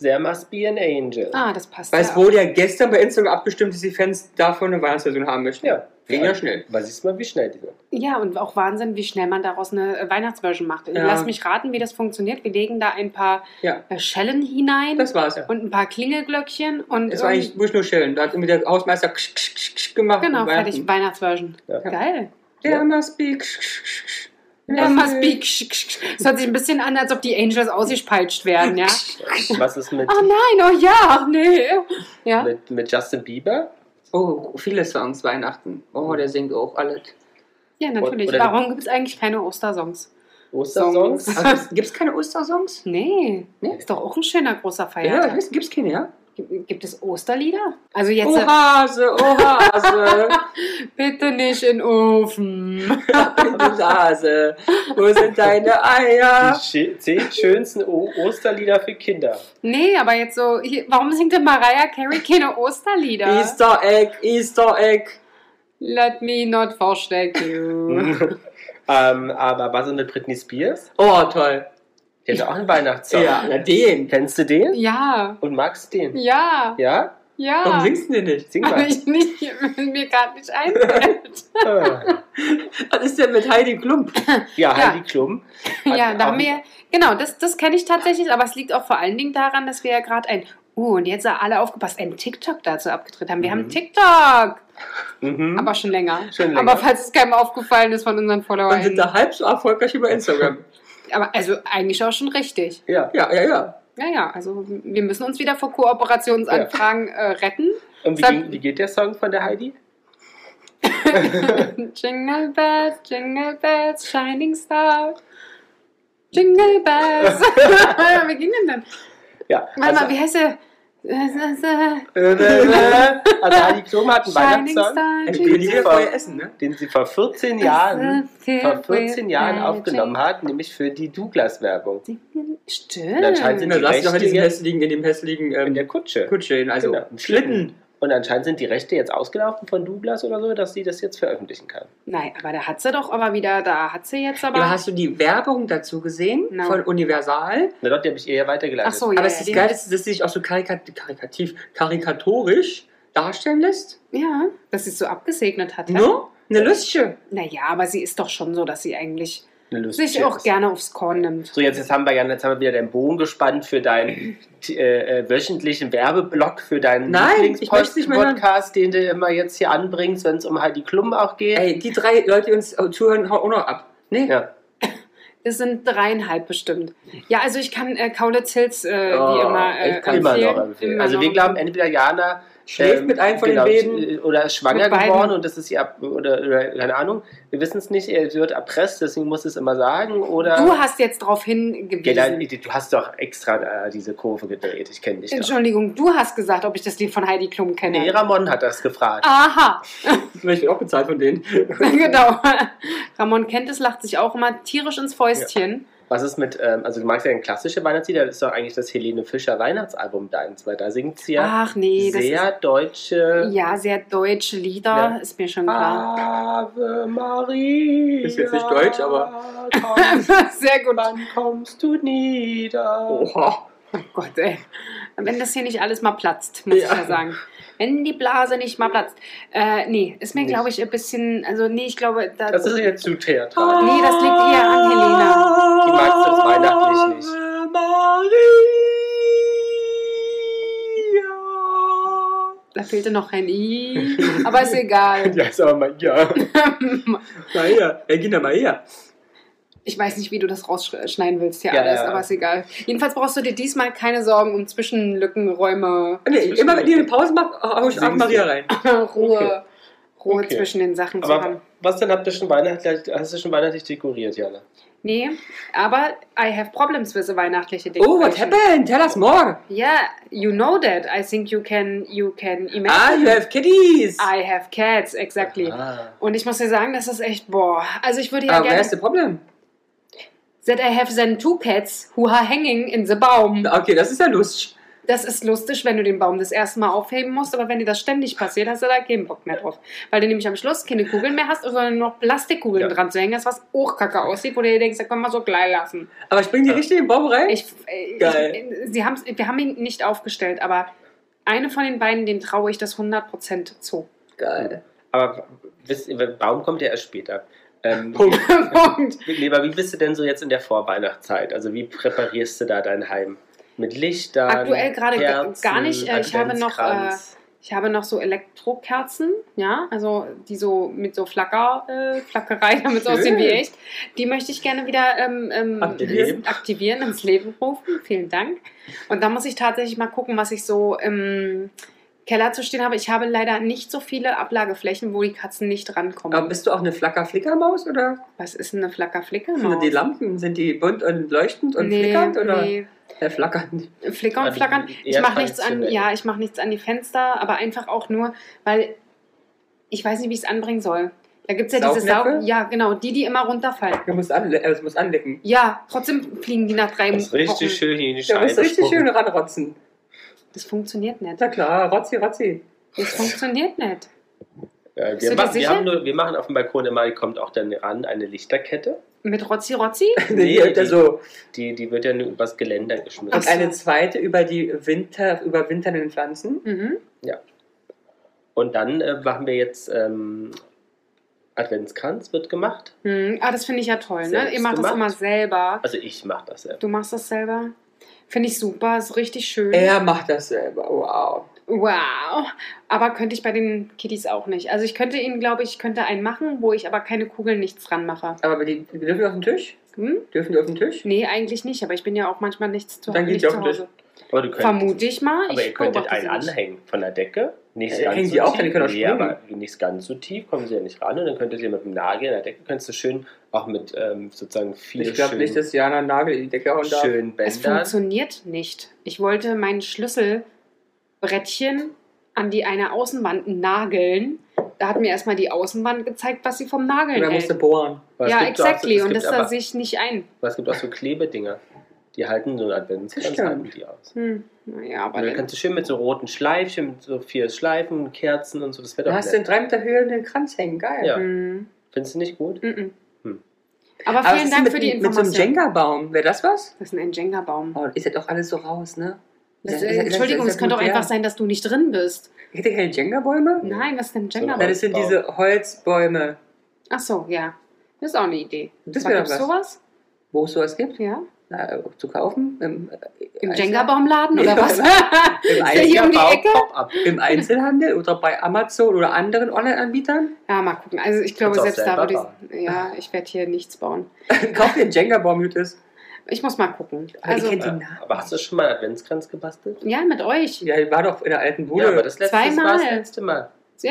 B: There Must Be an Angel.
C: ah, das passt.
A: Weil es
C: ja.
A: wurde ja gestern bei Instagram abgestimmt, dass die Fans davon eine Weihnachtsversion haben möchten.
B: Ja.
A: Ging ja schnell.
B: Weil siehst du mal, wie schnell die sind.
C: Ja, und auch Wahnsinn, wie schnell man daraus eine Weihnachtsversion macht.
A: Ja.
C: Lass mich raten, wie das funktioniert. Wir legen da ein paar
A: Ja.
C: äh, Schellen hinein.
A: Das war's.
C: und ein paar Klingelglöckchen und
A: Es war
C: irgend-
A: eigentlich wirklich nur schön. Da hat irgendwie der Hausmeister ksch, ksch, ksch, ksch gemacht.
C: genau,
A: und Weihnachten.
C: fertig, Weihnachtsversion.
B: Ja.
C: Geil.
A: There must be ksch, ksch, ksch, ksch.
C: Ja, must be ksch, ksch, ksch. Es hört sich ein bisschen an, als ob die Angels ausgespeitscht werden, ja.
B: Was ist mit,
C: Oh nein, oh ja, oh nee. Ja,
B: mit, mit Justin Bieber?
A: Oh, viele Songs Weihnachten. Oh, der singt auch alles.
C: ja natürlich.
B: Oder-
C: Warum gibt es eigentlich keine Ostersongs?
B: Ostersongs?
C: Songs.
A: Also, Gibt es keine Ostersongs?
C: Nee,
A: Nee.
C: ist doch auch ein schöner großer
A: Ja, ich
C: Feiertag.
A: weiß, gibt's keine, ja?
C: G- Gibt es Osterlieder? Also jetzt
A: Oh Hase, oh
C: äh,
A: Hase,
C: bitte nicht in den Ofen.
A: du Hase, wo sind deine Eier?
B: Die schö- zehn schönsten o Osterlieder für Kinder.
C: Nee, aber jetzt so, hier, warum singt denn Mariah Carey keine Osterlieder?
A: Easter Egg, Easter Egg.
C: Let me not forsake you.
B: ähm, aber was ist mit Britney Spears?
A: Oh, toll.
B: Die hat auch einen Weihnachtssong.
A: Ja, na den.
B: Kennst du den?
C: ja,
B: Und magst du den?
C: ja,
B: Ja?
C: ja.
A: Warum singst du den nicht?
B: Sing
C: Aber
B: mal.
C: ich nicht, mir gerade nicht einfällt.
B: Ah.
A: Was ist denn mit Heidi Klump?
B: ja, Heidi Klum. hat
C: ja, da
B: auch-
C: haben wir, genau, das, das kenne ich tatsächlich, aber es liegt auch vor allen Dingen daran, dass wir ja gerade ein Uh, und jetzt haben alle aufgepasst, einen TikTok dazu abgedreht haben. Wir haben TikTok!
B: Mhm.
C: Aber schon länger.
B: Schon länger.
C: Aber falls es keinem aufgefallen ist von unseren
A: Und sind
C: Followern.
A: da halb so erfolgreich über Instagram.
C: Aber also eigentlich auch schon richtig.
B: ja.
A: Ja, ja, ja.
C: Ja, ja, also wir müssen uns wieder vor Kooperationsanfragen äh, retten.
B: Und wie,
C: Sag-
B: ging, wie geht der Song von der Heidi?
C: Jingle Bells, Jingle Bells, Shining Star. Jingle Bells. wie ging denn dann?
B: Ja. äh,
C: Warte mal, wie heißt der? Shining
B: also Heidi Klum hat einen Weihnachtssong,
C: Star.
A: Ich
B: bin
A: will
C: Jingle
A: hier
B: lieber-
A: vorher essen, ne?
B: den sie vor 14 Jahren,
C: Bells,
B: vor 14 Jahren
C: Jingle
B: aufgenommen hat, nämlich für die Douglas-Werbung.
C: Jingle- Stimmt.
B: Und anscheinend sind
A: Na,
B: die
A: lass dich doch in diesem
B: Rechte
A: hässlichen, in dem hässlichen
B: in
A: ähm,
B: der Kutsche.
A: Kutsche hin, also
B: Genau.
A: Schlitten.
B: Und anscheinend sind die Rechte jetzt ausgelaufen von Douglas oder so, dass sie das jetzt veröffentlichen kann.
C: Nein, aber da hat sie doch aber wieder, da hat sie jetzt aber.
A: Aber hast du die Werbung dazu gesehen
C: Genau. Nein.
A: von Universal?
B: Na dort, die habe ich eher weitergeleitet.
C: Ach so, ja.
A: Aber
C: ja,
A: es ist
C: die-
A: geil, dass dass sie sich auch so karikat karikativ, karikatorisch darstellen lässt.
C: Ja, dass sie es so abgesegnet hat.
A: Ne? Eine Lusche.
C: Naja, aber sie ist doch schon so, dass sie eigentlich
B: Eine lustige
C: sich auch
B: ist.
C: gerne aufs Korn nimmt.
B: So, jetzt, jetzt haben wir Jan, jetzt haben wir wieder den Bogen gespannt für deinen t- äh, äh, wöchentlichen Werbeblock, für deinen
A: Nein, ich möchte nicht mehr hören.
B: Podcast, den du immer jetzt hier anbringst, wenn es um Heidi Klum auch geht.
A: Ey, die drei Leute, die uns äh, zuhören, hauen auch noch ab. Nee.
B: Ja.
C: Es sind dreieinhalb bestimmt. Ja, also ich kann äh, Kaulitz Hills äh, wie
A: Oh,
C: immer äh,
A: ich kann
B: immer
C: empfehlen.
B: noch empfehlen.
C: Immer
B: also wir
C: noch.
B: glauben entweder Jana ähm,
A: Schläft mit einem von den beiden.
B: äh, oder ist schwanger
C: Mit beiden.
B: geworden und das ist ihr ab- oder, oder keine Ahnung, wir wissen es nicht, er wird erpresst, deswegen muss es immer Genau, sagen oder
C: Du hast jetzt darauf
B: ja, dann,
C: hingewiesen.
B: du hast doch extra äh, diese Kurve gedreht, ich kenne dich doch.
C: Entschuldigung, du hast gesagt, ob ich das Lied von Heidi Klum kenne.
B: Nee, Ramon hat das gefragt.
C: Aha,
A: Ich werde auch bezahlt von denen.
C: genau. Ramon kennt es, lacht sich auch immer tierisch ins Fäustchen.
B: Was ist mit, ähm, also du magst ja ein klassische Weihnachtslieder, das ist doch eigentlich das Helene Fischer Weihnachtsalbum deins, weil da singt sie ja
C: Ach Ah, nee, das
B: sehr deutsche
C: ist ja sehr deutsche Lieder,
B: Ja. Ah.
C: ist mir schon klar.
B: Ave Maria.
A: Ist jetzt nicht deutsch, aber-
B: Komm,
C: sehr gut.
B: wann kommst du nieder?
A: Oha.
C: Oh Gott, ey. Wenn das hier nicht alles mal platzt, muss
A: Ja.
C: ich ja sagen. Wenn die Blase nicht mal platzt. Äh, nee, ist mir,
B: Nicht.
C: glaube ich, ein bisschen. Also, nee, ich glaube. Da,
B: Das ist jetzt zu theatral.
C: Nee, das liegt eher an Helena.
B: Die mag das weihnachtlich nicht.
A: Ave Maria.
C: da fehlte noch ein I. Aber ist egal.
B: Ja, ist aber mal, ja.
A: Maria. Regina Maria.
C: Ich weiß nicht, wie du das rausschneiden willst hier
B: Ja,
C: alles,
B: ja.
C: aber ist egal. Jedenfalls brauchst du dir diesmal keine Sorgen um Zwischenlücken, Räume,
A: Nee, immer wenn ihr eine Pause macht, hau ich Ave
B: Singst
A: Maria
B: du.
A: rein.
C: Ruhe. Ruhe
B: Okay.
C: zwischen den Sachen zu haben.
B: Aber was denn habt ihr schon weihnachtlich, hast du schon weihnachtlich dekoriert, Jana?
C: Nee, aber I have problems with the weihnachtliche Dinge.
A: Oh, what happened? Tell us more.
C: Yeah, you know that. I think you can, you can imagine.
A: Ah, you have kitties.
C: I have cats, exactly.
B: Ah.
C: Und ich muss dir sagen, das ist echt, boah. Also ich würde ja
A: Ah, where's the
C: gerne...
A: problem?
C: That I have then two cats who are hanging in the Baum.
A: Okay, das ist ja lustig.
C: Das ist lustig, wenn du den Baum das erste Mal aufheben musst, aber wenn dir das ständig passiert, hast du da keinen Bock mehr drauf. Weil du nämlich am Schluss keine Kugeln mehr hast, sondern nur noch Plastikkugeln
B: Ja.
C: dran zu hängen hast, was auch kacke aussieht, wo du dir denkst, da können wir so klein lassen.
A: Aber ich bring die richtig in den Baum rein.
C: Ich, äh,
A: Geil.
C: Ich, sie haben's, wir haben ihn nicht aufgestellt, aber eine von den beiden, dem traue ich das 100% zu.
A: Geil.
B: Aber wisst ihr, Baum kommt ja erst später. Ähm,
A: Punkt.
C: Punkt.
B: Leber, wie bist du denn so jetzt in der Vorweihnachtszeit? Also wie präparierst du da dein Heim? Mit Lichtern?
C: Aktuell gerade ga-
B: Kerzen,
C: gar nicht, äh, ich habe noch,
B: Adventskranz?
C: Ich habe noch so Elektrokerzen, ja, also die so mit so Flacker, äh, Flackerei, damit so
A: Schön.
C: aussehen wie echt. Die möchte ich gerne wieder ähm, ähm,
B: Aktivieren.
C: aktivieren, ins Leben rufen. Vielen Dank. Und da muss ich tatsächlich mal gucken, was ich so im Keller zu stehen habe. Ich habe leider nicht so viele Ablageflächen, wo die Katzen nicht rankommen.
A: Aber bist du auch eine Flacker-Flicker-Maus oder?
C: was ist denn eine Flackerflicke?
A: Sind Die Lampen, sind die bunt und leuchtend und flickernd oder
C: Genau. Nee.
A: äh, flackernd?
C: Flicker und
B: Also
C: flackern.
B: eher
C: Ich mache nichts an,
B: traditionell.
C: ja, ich mache nichts an die Fenster, aber einfach auch nur, weil ich weiß nicht, wie ich es anbringen soll. Da gibt es ja diese Sau.
A: Saugnäpfe?
C: Ja, genau, die, die immer runterfallen.
A: Du musst, anle äh, du musst anlecken.
C: Ja, trotzdem fliegen die nach drei
B: Das ist
C: Wochen.
B: richtig schön hier in die
A: Du musst
B: Scheibe.
A: richtig
B: spucken.
A: schön ranrotzen.
C: Das funktioniert nicht.
A: Na klar, Rotzi, Rotzi.
C: Das funktioniert nicht.
B: Ja,
C: du dir
B: wir, machen, wir,
C: sicher?
B: haben nur, wir machen auf dem Balkon immer, kommt auch dann ran, eine Lichterkette.
C: Mit Rotzi Rotzi?
A: Nee,
B: Nee,
A: nee,
B: die-
A: so.
B: Die, die wird ja nur übers Geländer geschmissen.
C: Ach
A: Und
C: so.
A: eine zweite über die Winter, überwinternden Pflanzen.
C: Mhm.
B: Und dann äh, machen wir jetzt ähm, Adventskranz, wird gemacht.
C: Hm. Ah, das finde ich ja toll, ne?
B: Selbst
C: Ihr macht das
B: gemacht?
C: immer selber.
B: Also ich mache das selber.
C: Du machst das selber. Finde ich super, ist richtig schön.
A: Er macht das selber. Wow.
C: Wow. Aber könnte ich bei den Kitties auch nicht. Also ich könnte ihnen, glaube ich, könnte einen machen, wo ich aber keine Kugeln nichts dran mache.
A: Aber die die dürfen die auf den Tisch?
C: Hm?
A: Dürfen die auf den Tisch?
C: Nee, eigentlich nicht, aber ich bin ja auch manchmal nichts zu,
A: Dann geht
C: nicht
A: die
C: zu
A: auf den
C: Hause.
B: Aber, du könnt,
C: Vermute ich mal.
B: aber
C: ich
B: ihr könntet
C: beobachte sie
B: einen
C: nicht.
B: anhängen von der Decke. Nicht
A: Äh, hängen die auch,
B: tief.
A: die können doch
B: nee,
A: springen.
B: aber nicht ganz so tief kommen sie ja nicht ran. Und dann könntet ihr mit dem Nagel an der Decke, könntest du schön auch mit ähm, sozusagen viel
A: Ich glaube
B: schön,
A: nicht, dass Jana einen Nagel in die Decke hauen darf.
B: schön
C: Es
B: bändern.
C: funktioniert nicht. Ich wollte mein Schlüsselbrettchen an die eine Außenwand nageln. Da hat mir erstmal die Außenwand gezeigt, was sie vom Nageln
A: Oder musst du
C: hält.
A: bohren?
B: Aber es
C: Ja,
B: gibt auch so-
C: exactly.
B: es
C: Und
B: gibt
C: das sah
B: aber-
C: sich nicht ein.
B: Aber es gibt auch so Klebedinger. Die halten so einen Adventskranz,
A: Stimmt.
B: halten die aus.
C: Hm. Naja, aber
B: Und dann
C: dann,
B: kannst du schön mit so roten Schleifchen, mit so vier Schleifen, Kerzen und so. Das wird
A: Du
B: auch
A: hast du in
B: nett.
A: drei Meter Höhe einen Kranz hängen. Geil.
B: Ja.
C: Hm.
B: Findest du nicht gut?
C: Mm-mm.
B: Hm.
C: Aber
A: Aber was
C: vielen
A: ist
C: Dank
A: denn
C: für die
A: mit, mit so einem
C: Information.
A: Jenga-Baum. Wäre das was?
C: das ist ein Jenga-Baum.
A: Oh, ist ja doch alles so raus, ne?
C: Das,
A: Ist ja- ist
C: äh,
A: ja-
C: Entschuldigung,
A: ist ja
C: es könnte doch
A: modern.
C: einfach sein, dass du nicht drin bist.
A: Hätte keine Jenga-Bäume?
C: Nein, was ist denn ein
B: So
C: Jenga-Baum?
A: Na, das sind
B: Holzbaum.
A: diese Holzbäume.
C: Ach so, ja. Das ist auch eine Idee.
A: Das
C: Aber
A: wäre
C: gibt's
A: was.
C: sowas?
A: Wo es sowas gibt?
C: Ja.
A: Na, äh, zu kaufen? Im, äh,
C: Im
A: Einzel-
C: Jenga-Baumladen oder
A: Ja.
C: was?
A: Im,
C: Ist ja hier um die
A: Einzelbau-
C: Ecke?
B: Pop-up.
A: Im Einzelhandel oder bei Amazon oder anderen Online-Anbietern?
C: Ja, mal gucken. Also ich glaube,
B: Kannst
C: selbst
B: du auch
C: da würde
B: selber
C: ich. Ja, ich werde hier nichts bauen.
A: Kauf dir einen Jenga-Baum, Jutes.
C: Ich muss mal gucken.
A: Aber die
C: Also,
A: kennt-
B: Äh, Aber hast du schon mal einen Adventskranz gebastelt?
C: ja, mit euch. Ja.
A: Ja, ich war doch in der alten Bude.
B: aber das letzte
C: Zweimal.
B: Mal. das letzte Mal. Oh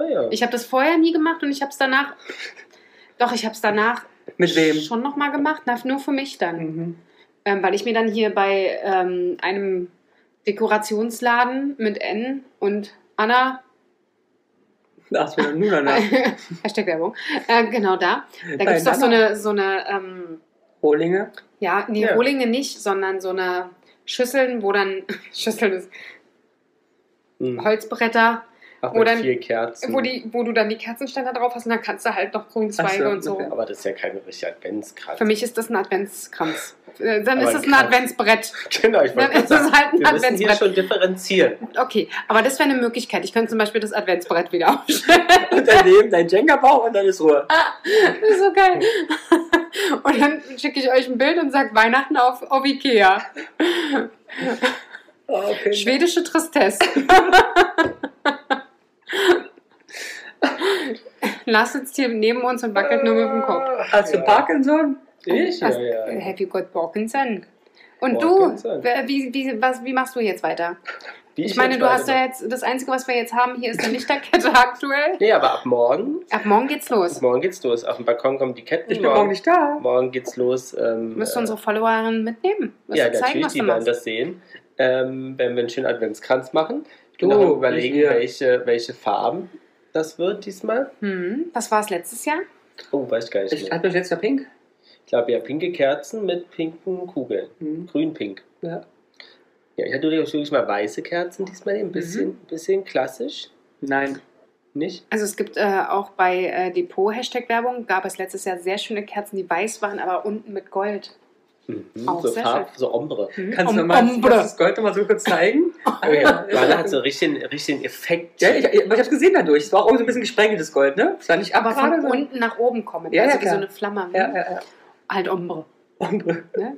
B: Naja.
C: Ich habe das vorher nie gemacht und ich habe es danach. Doch, ich habe es danach
A: Mit wem?
C: schon nochmal gemacht. Na, nur für mich dann.
A: Mhm.
C: Ähm, weil ich mir dann hier bei ähm, einem Dekorationsladen mit N und Anna,
A: Ach, so, nun danach.
B: Genau.
C: Hashtag Werbung, äh, genau da, da gibt es doch so eine, so eine ähm,
A: Rohlinge.
C: Ja, nee,
B: Ja.
C: Rohlinge nicht, sondern so eine Schüsseln, wo dann Schüsseln ist
B: Mhm.
C: Holzbretter,
B: Auch
C: Oder-
B: mit vier Kerzen.
C: wo, die, wo du dann die Kerzenständer drauf hast und dann kannst du halt noch Grünzweige
A: Ach so,
C: und so.
A: okay.
B: Aber das ist ja kein richtiger Adventskranz.
C: Für mich ist das ein Adventskranz. Äh, Dann
B: Aber
C: ist es
B: ein
C: ein
B: Kranz.
C: Adventsbrett.
B: genau, ich
C: Dann
B: wollte
C: ist
B: sagen,
C: es halt ein
B: wir müssen hier
C: Adventsbrett.
B: schon differenzieren.
C: Okay, aber das wäre eine Möglichkeit. Ich könnte zum Beispiel das Adventsbrett wieder aufstellen.
A: Und daneben dein Jenga-Baum und dann ist Ruhe. Ah,
C: Das ist so geil. Und dann schicke ich euch ein Bild und sage Weihnachten auf, auf Ikea.
A: Okay.
C: Schwedische Tristesse. Lars sitzt hier neben uns und wackelt nur mit dem Kopf.
B: Ah,
A: Hast du Parkinson?
B: Ich? Ja,
C: Hast-
B: ja.
C: äh, Have you got Parkinson? Und
B: Parkinson.
C: du, wer- wie, wie, was, wie machst du jetzt weiter?
B: Wie
C: Ich, meine,
B: jetzt
C: du hast
B: weiter-
C: ja jetzt, das Einzige, was wir jetzt haben, hier ist eine Lichterkette aktuell.
B: Nee, aber ab morgen,
C: Ab morgen geht's los.
B: morgen geht's los. Auf dem Balkon kommen die Ketten.
A: Ich bin morgen nicht da.
B: morgen geht's los. Ähm,
C: Müsst
B: äh,
C: du unsere Followerinnen mitnehmen. Müsst
B: Ja,
C: du zeigen,
B: natürlich,
C: was
B: die
C: du
B: werden
C: machst.
B: das sehen. Ähm, wenn wir einen schönen Adventskranz machen. Ich bin
A: Du,
B: noch am überlegen,
A: nicht wir.
B: welche, welche Farben das wird diesmal.
C: Hm, was war es letztes Jahr?
B: Oh, weiß ich gar nicht
A: Ich
B: mehr.
A: hatte mich letztes Jahr pink.
B: Ich glaube, ja, pinke Kerzen mit pinken Kugeln.
A: Mhm.
B: Grün-pink.
A: Ja.
B: Ja, ich hatte natürlich mal weiße Kerzen diesmal,
A: Mhm.
B: ein bisschen, bisschen klassisch.
A: Nein.
B: Nicht?
C: Also es gibt äh, auch bei äh, Depot-Hashtag-Werbung gab es letztes Jahr sehr schöne Kerzen, die weiß waren, aber unten mit Gold.
B: Mhm.
C: Auch
B: So
C: sehr
B: Farb, so Ombre.
C: Hm?
A: Kannst
C: Om-
A: du mal
C: Ombre.
A: das Gold nochmal so kurz zeigen?
B: Oh ja, Lana hat so richtig, richtig Effekt.
A: Ah. Ja, ich, ich, aber ich hab's gesehen dadurch. Es war auch so ein bisschen gesprengeltes Gold, ne? Es war nicht
C: Aber von
A: abgerade, sondern-
C: unten nach oben kommen.
A: Ja, ja,
C: also wie so
A: klar.
C: eine Flamme.
A: Ja,
C: hm?
A: ja, ja.
C: Halt Ombre.
A: Und-
C: Ne?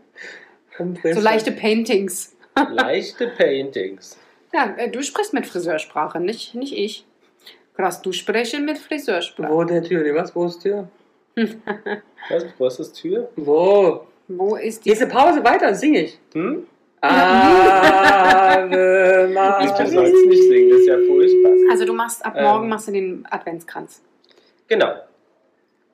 A: und-
C: So leichte Paintings.
B: Leichte Paintings.
C: Ja, äh, du sprichst mit Friseursprache, nicht, nicht ich. Krass, du sprechen mit Friseursprache.
A: Wo der Tür? Nee, was? Wo ist Tür?
B: Was? Wo ist das Tür?
A: Wo?
C: Wo ist die?
A: Diese Pause weiter, sing ich.
B: Hm?
A: Ave
B: Ich
A: Maria.
B: du sollst nicht singen, das ist ja furchtbar.
C: Also du machst ab
B: Ähm.
C: morgen machst du den Adventskranz.
B: Genau.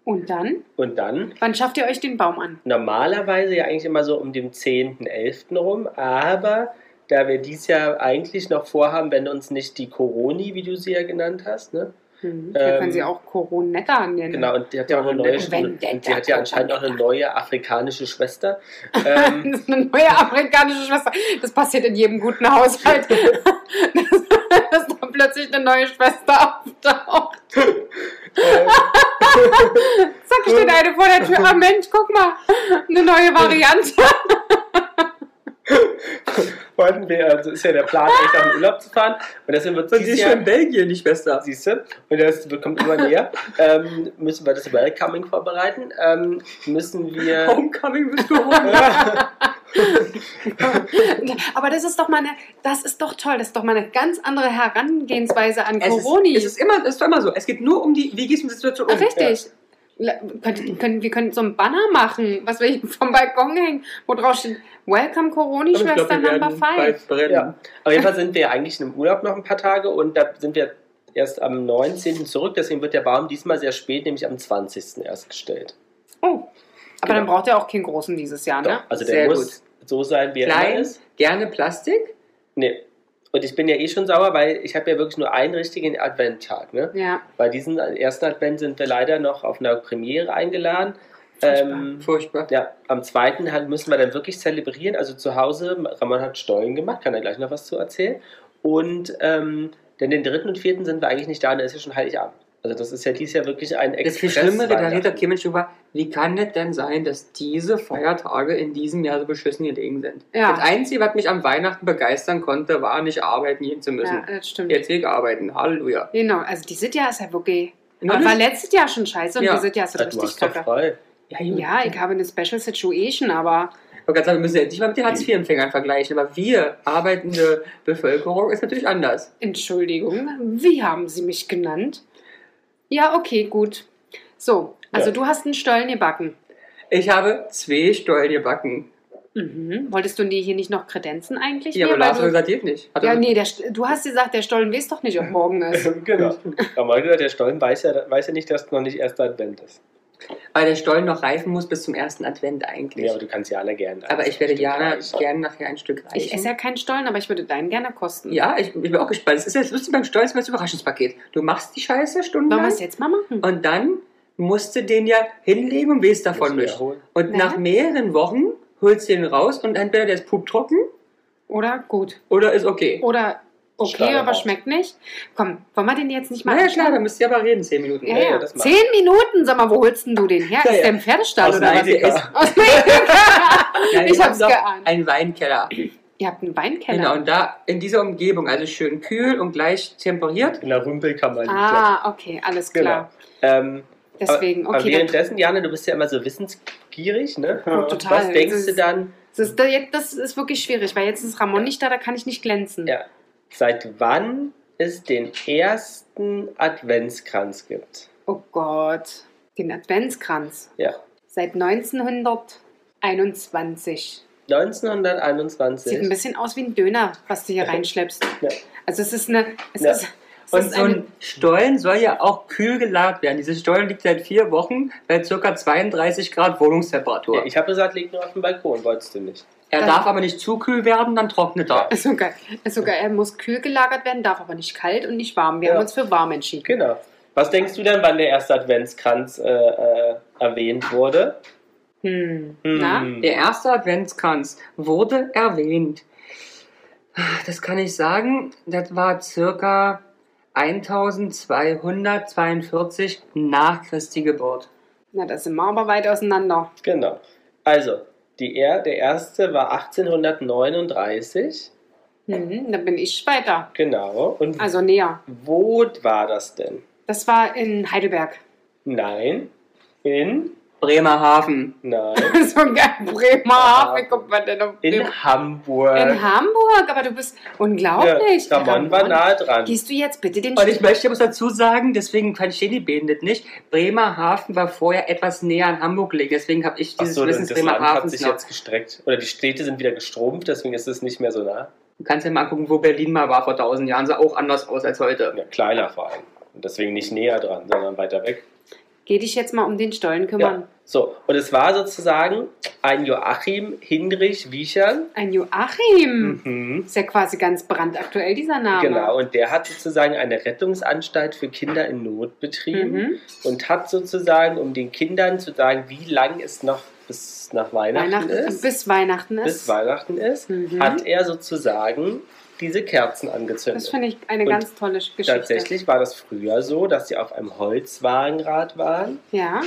C: Und dann?
B: Und dann
C: Wann schafft ihr euch den Baum an?
B: normalerweise ja eigentlich immer so um den 10., 11. rum, aber da wir dies Jahr eigentlich noch vorhaben, wenn uns nicht die Coroni, wie du sie ja genannt hast, ne?
C: Hm. Wir
B: Ähm.
C: können sie auch Coronetta nennen.
B: Genau, und die hat ja auch eine neue, und die hat ja anscheinend auch eine neue afrikanische Schwester. Ähm,
C: Das ist eine neue amerikanische Schwester. Das passiert in jedem guten Haushalt. dass, dass da plötzlich eine neue Schwester auftaucht. Äh. Zack, steht eine vor der Tür. Ah, Mensch, guck mal. Eine neue Variante.
B: wollten wir, also ist ja der Plan, echt auf den Urlaub zu fahren. Und deswegen wird
A: Und sie
B: dieses
A: ist
B: Jahr,
A: schon in Belgien, die Schwester.
B: siehst du, und das kommt immer näher, ähm, müssen wir
A: Oh,
B: das Welcoming vorbereiten, ähm, müssen wir...
A: Homecoming bist du rum.
C: Aber das ist doch mal eine, das ist doch toll, das ist doch mal eine ganz andere Herangehensweise an
A: Es
C: Corona.
A: ist, es ist immer, es ist immer so. Es geht nur um die, wie gehst du mit der Situation um?
C: Richtig. La- Können, können, wir können so einen Banner machen, was wir hier vom Balkon hängen, wo drauf steht, Welcome Corona-Schwestern Number Five.
A: brennen.
B: Ja. Auf jeden Fall sind wir ja eigentlich in einem Urlaub noch ein paar Tage und da sind wir erst am 19. zurück. Deswegen wird der Baum diesmal sehr spät, nämlich am 20. erst gestellt.
C: Oh. Aber dann
A: Genau.
C: braucht er auch keinen großen dieses Jahr, ne?
B: Doch, also der
A: sehr
B: muss so sein, wie er
A: Klein.
B: immer ist.
A: Gerne Plastik?
B: Nee. Und ich bin ja eh schon sauer, weil ich habe ja wirklich nur einen richtigen Adventtag. Ne?
C: Ja.
B: Bei diesem ersten Advent sind wir leider noch auf einer Premiere eingeladen. Ähm,
A: Furchtbar.
B: ja, am zweiten halt müssen wir dann wirklich zelebrieren. Also zu Hause, Ramon hat Stollen gemacht, kann er gleich noch was zu erzählen. Und ähm, denn den dritten und vierten sind wir eigentlich nicht da, und da ist ja schon Heiligabend. Also das ist ja dieses Jahr wirklich ein
A: Das viel
B: Express.
A: Schlimmere, da redet doch
B: Weihnachten.
A: kein Mensch über, wie kann es denn sein, dass diese Feiertage in diesem Jahr so beschissen gelegen sind?
C: Ja.
A: Das Einzige, was mich am Weihnachten begeistern konnte, war nicht arbeiten gehen zu
C: ja,
A: müssen.
C: das stimmt.
A: Jetzt will ich arbeiten. Halleluja.
C: Genau, also dieses Jahr ist ja wirklich.
A: Na,
C: Aber
A: das-
C: war letztes Jahr schon scheiße und
A: Ja.
C: dieses Jahr ist
B: Ja,
C: das
B: du
C: richtig
B: hast doch
C: kacke.
B: frei.
A: Ja, gut.
C: Ja, ich habe eine Special Situation, aber
A: Ich wollte gerade sagen, wir müssen jetzt nicht mal mit den Hartz-IV-Empfängern vergleichen, aber wir, arbeitende Bevölkerung, ist natürlich anders.
C: Entschuldigung, wie haben Sie mich genannt? Ja, okay, gut. So, also
B: Ja.
C: du hast einen Stollen gebacken.
A: Ich habe zwei Stollen gebacken.
C: Mhm. Wolltest du die hier nicht noch kredenzen eigentlich?
A: Ja,
C: mir?
A: aber Lars hat
C: Weil du,
A: gesagt, also- geht nicht. Hat
C: ja
A: er-
C: nee, der, St- du hast gesagt, der Stollen weiß doch nicht, ob morgen ist.
B: genau. Ramon hat gesagt, der Stollen weiß ja, weiß ja nicht, dass noch nicht erster Advent ist.
A: Weil der Stollen noch reifen muss bis zum ersten Advent eigentlich.
B: Nee, aber du kannst Jana gerne.
A: aber ich werde Jana
B: gerne.
A: gerne nachher ein Stück reichen.
C: Ich esse ja keinen Stollen, aber ich würde deinen gerne kosten.
A: Ja, ich, ich bin auch gespannt. Es ist jetzt lustig beim Stollen, ist das Überraschungspaket. Du machst die
C: Wollen
A: Scheiße
C: wir
A: stundenlang
C: es jetzt mal machen?
A: und dann musst du den ja hinlegen und willst davon nicht. Und
C: Ja.
A: nach mehreren Wochen holst du den raus und entweder der ist puptrocken
C: Oder gut.
A: oder ist okay.
C: Oder okay,
B: Stollen
C: aber
B: raus.
C: schmeckt nicht. Komm, wollen wir den jetzt nicht mal
A: Na ja,
C: anschauen?
A: klar, da müsst ihr aber reden, zehn Minuten.
C: Ja,
B: Ja, ja,
C: ja.
B: das mach
C: Zehn Minuten, sag mal, wo holst denn du den her?
A: Ja,
C: ist
A: ja.
C: der im Pferdestall
B: Aus
C: oder was?
B: Neidek.
A: Neideka.
B: Neideka.
C: Aus Neideka.
A: Nein,
C: Ich
A: wir
C: hab's
A: haben doch
C: geahnt.
A: Einen Weinkeller.
C: Ihr habt einen Weinkeller.
A: Genau, und da in dieser Umgebung, also schön kühl und gleich temperiert.
B: In der Rumpelkammer liegt er.
C: Ah, okay, alles klar.
A: Genau.
B: Ähm,
C: Deswegen,
B: aber
C: okay. Dann,
B: währenddessen, Jana, du bist ja immer so wissensgierig, ne?
C: total.
B: Was denkst
C: Das
B: du
C: ist-
B: dann?
C: das, ist, da- jetzt- das ist wirklich schwierig, weil jetzt ist Ramon nicht da, da kann ich nicht glänzen.
B: Ja. Seit wann es den ersten Adventskranz gibt?
C: Oh Gott, den Adventskranz.
B: Ja.
C: Seit 1921. Sieht ein
B: 1921.
C: bisschen aus wie ein Döner, was du hier reinschleppst.
B: Ja.
C: Also es ist eine... Es
B: Ja.
C: ist, es
A: Und
C: ist
A: so ein Stollen soll ja auch kühl gelagert werden. Diese Stollen liegt seit vier Wochen bei ca. 32 Grad Wohnungstemperatur.
B: Ja, ich habe gesagt, leg nur auf dem Balkon, wolltest du nicht.
A: er
C: Dann-
A: darf aber nicht zu kühl werden, dann trocknet er.
C: Ist sogar, ist sogar, er muss kühl gelagert werden, darf aber nicht kalt und nicht warm. Wir
B: Ja.
C: haben uns für warm entschieden.
B: Genau. Was denkst du denn, wann der erste Adventskranz äh, äh, erwähnt wurde?
C: Hm.
B: Hm.
C: Na?
A: Der erste Adventskranz wurde erwähnt. Das kann ich sagen, das war ca. 1242 nach Christi Geburt.
C: Na, da sind wir aber weit auseinander.
B: Genau. Also, die er der erste war 1839.
C: Hm, da bin ich weiter.
B: Genau. Und
C: Also näher.
B: wo war das denn?
C: Das war in Heidelberg.
B: Nein. In?
A: Bremerhaven.
B: Nein.
C: so ein geil Bremer. Wie kommt man denn auf
B: In
C: Bremer?
B: Hamburg.
C: in Hamburg, aber du bist unglaublich.
B: Ja, Ramon war nahe dran.
C: Gehst du jetzt bitte den
A: Und ich möchte muss dazu sagen, deswegen verstehen die beiden das nicht. Bremerhaven war vorher etwas näher an Hamburg gelegen, deswegen habe ich
B: Ach
A: dieses
B: so,
A: Wissen
B: das das Land hat
A: Bremerhavens
B: sich
A: noch.
B: jetzt gestreckt. Oder die Städte sind wieder gestrumpft, deswegen ist es nicht mehr so nah.
A: Du kannst ja mal gucken, wo Berlin mal war vor tausend Jahren, sah auch anders aus als heute.
B: Ja, kleiner vor allem. Und deswegen nicht näher dran, sondern weiter weg.
C: Geh dich jetzt mal um den Stollen kümmern.
B: Ja. So, und es war sozusagen ein Joachim Hinrich Wiechern.
C: Ein Joachim.
B: Mhm.
C: Ist ja quasi ganz brandaktuell, dieser Name.
B: Genau, und der hat sozusagen eine Rettungsanstalt für Kinder in Not betrieben
C: Mhm.
B: und hat sozusagen, um den Kindern zu sagen, wie lang es noch bis nach Weihnachten,
C: Weihnachten
B: ist, bis,
C: bis Weihnachten ist.
B: Weihnachten ist,
C: Mhm.
B: hat er sozusagen diese Kerzen angezündet.
C: Das finde ich eine
B: Und
C: ganz tolle Geschichte.
B: Tatsächlich war das früher so, dass sie auf einem Holzwagenrad waren
C: Ja.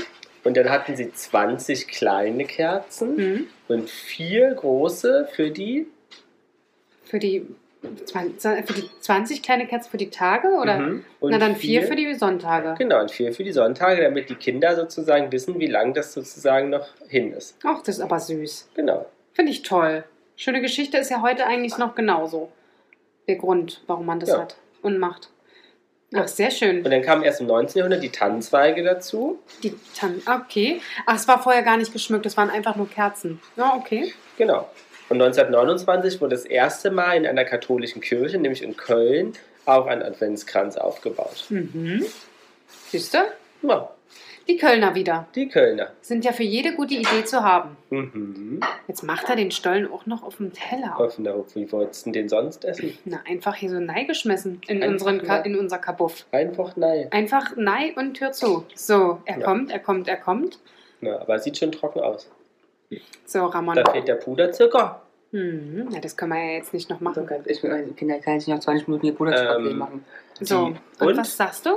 B: und dann hatten sie 20 kleine Kerzen
C: Mhm.
B: und vier große für die.
C: Für die, 20, für die 20 kleine Kerzen für die Tage oder?
B: Mhm. Und
C: Na dann vier für die Sonntage.
B: Genau, und vier für die Sonntage, damit die Kinder sozusagen wissen, wie lang das sozusagen noch hin ist.
C: Ach, das ist aber süß.
B: Genau.
C: Finde ich toll. Schöne Geschichte ist ja heute eigentlich noch genauso. Der Grund, warum man das
B: Ja.
C: hat und macht.
B: Ja.
C: Ach, sehr schön.
B: Und dann kamen erst im 19. Jahrhundert die Tannenzweige dazu.
C: Die Tan okay. Ach, es war vorher gar nicht geschmückt, es waren einfach nur Kerzen. Ja, okay.
B: Genau. Und 1929 wurde das erste Mal in einer katholischen Kirche, nämlich in Köln, auch ein Adventskranz aufgebaut.
C: Mhm. Siehst du?
B: Ja,
C: Die Kölner wieder.
B: die Kölner.
C: Sind ja für jede gute Idee zu haben.
B: Mhm.
C: Jetzt macht er den Stollen auch noch auf dem Teller.
B: Hoffen darauf, wie wolltest du denn sonst essen?
C: Na, einfach hier so neigeschmissen in,
B: Einfach
C: unseren Ka
B: nur-
C: in unser Kabuff.
B: Einfach nein.
C: Einfach nein und Tür zu. So, er
B: Ja.
C: kommt, er kommt, er kommt.
B: Na, aber es sieht schon trocken aus.
C: So, Ramon.
B: Da fehlt der Puderzucker.
C: Mhm. Ja, das können wir ja jetzt nicht noch machen.
A: Okay. Ich, meine, Kinder kann sich nach 20 Minuten ihr Puderzuckerpüree
B: Ähm.
A: machen.
C: So, und,
B: Die- und?
C: was sagst du?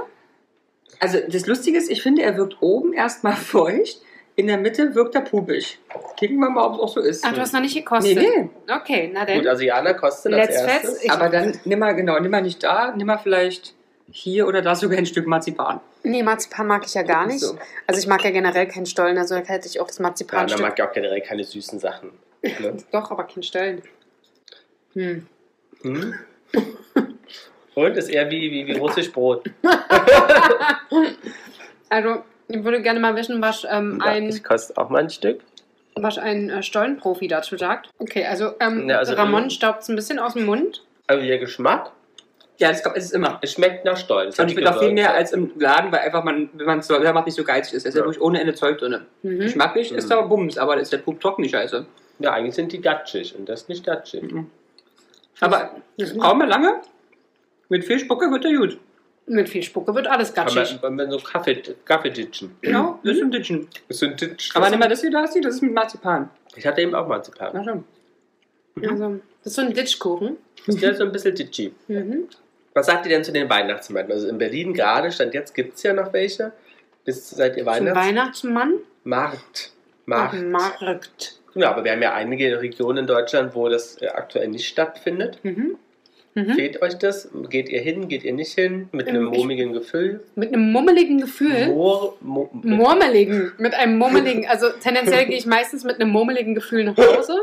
A: Also das Lustige ist, ich finde, er wirkt oben erstmal feucht, in der Mitte wirkt er pubig. Kicken wir mal, ob es auch so ist.
C: Ah, du hast noch nicht
A: nee,
C: gekostet.
A: nee.
C: Okay, na
B: Gut,
C: denn.
B: also Jana kostet als
C: Let's
B: erstes.
C: fest. Ich-
A: Aber dann nimm mal, genau, nimm mal nicht da, nimm mal vielleicht hier oder da sogar ein Stück Marzipan.
C: Nee, Marzipan mag ich ja gar nicht.
A: So.
C: Also ich mag ja generell keinen Stollen, also da hätte ich auch das
B: Jana
C: Marzipanstück.
B: mag ja auch generell keine süßen Sachen. Ne?
C: Doch, aber kein Stollen. Hm.
B: Hm? Und ist eher wie, wie, wie russisch Brot.
C: Also, ich würde gerne mal wissen, was ähm,
B: Ja,
C: ein
B: ich koste auch mal ein Stück.
C: was ein äh, Stollenprofi dazu sagt. Okay, also, ähm,
B: Ja, also-
C: Ramon staubt es ein bisschen aus dem Mund.
B: Also der Geschmack,
A: Ja, das kommt- es ist immer.
B: es schmeckt nach Stollen. Das
A: Und
B: hat
A: ich bin auch viel
B: gewirkt.
A: mehr als im Laden, weil einfach man, wenn man es selber macht, nicht so geizig ist. Es ist ja
B: Ja.
A: wirklich ohne Ende Zeug drin.
C: Mhm.
A: Geschmacklich
B: Mhm.
A: ist aber Bums, aber das ist der Pup trocken, die Scheiße.
B: Ja, eigentlich sind die gatschig und das ist nicht gatschig.
C: Mhm.
A: Aber brauchen wir lange? Mit viel Spucke wird er gut.
C: Mit viel Spucke wird alles
B: Kann
C: gatschig.
B: man, wenn man so Kaffee, Kaffee ditchen.
A: Genau, das
B: Mhm.
A: ist ein Ditchen.
B: Das sind Ditch.
A: Aber nimm mal das hier, das hier, das ist mit Marzipan.
B: ich hatte eben auch Marzipan.
A: Na schon.
C: Also, das ist so ein Ditchkuchen.
B: Ist ja so ein bisschen ditchy.
C: Mhm.
B: Was sagt ihr denn zu den Weihnachtsmärkten? Also in Berlin gerade, stand jetzt gibt es ja noch welche. Bis seid ihr
C: Zum
B: Weihnachtsmarkt?
C: Weihnachtsmann.
B: Markt.
C: Ach,
B: Markt.
C: Markt.
B: Ja, aber wir haben ja einige Regionen in Deutschland, wo das äh, aktuell nicht stattfindet.
C: Mhm. Mhm.
B: Fehlt euch das? Geht ihr hin? Geht ihr nicht hin? Mit einem
C: Ähm, ich-
B: murmigen Gefühl?
C: Mit einem mummeligen Gefühl.
B: Mur, mu,
C: Murmeligen. Mit einem murmeligen. Also tendenziell gehe ich meistens mit einem murmeligen Gefühl nach Hause.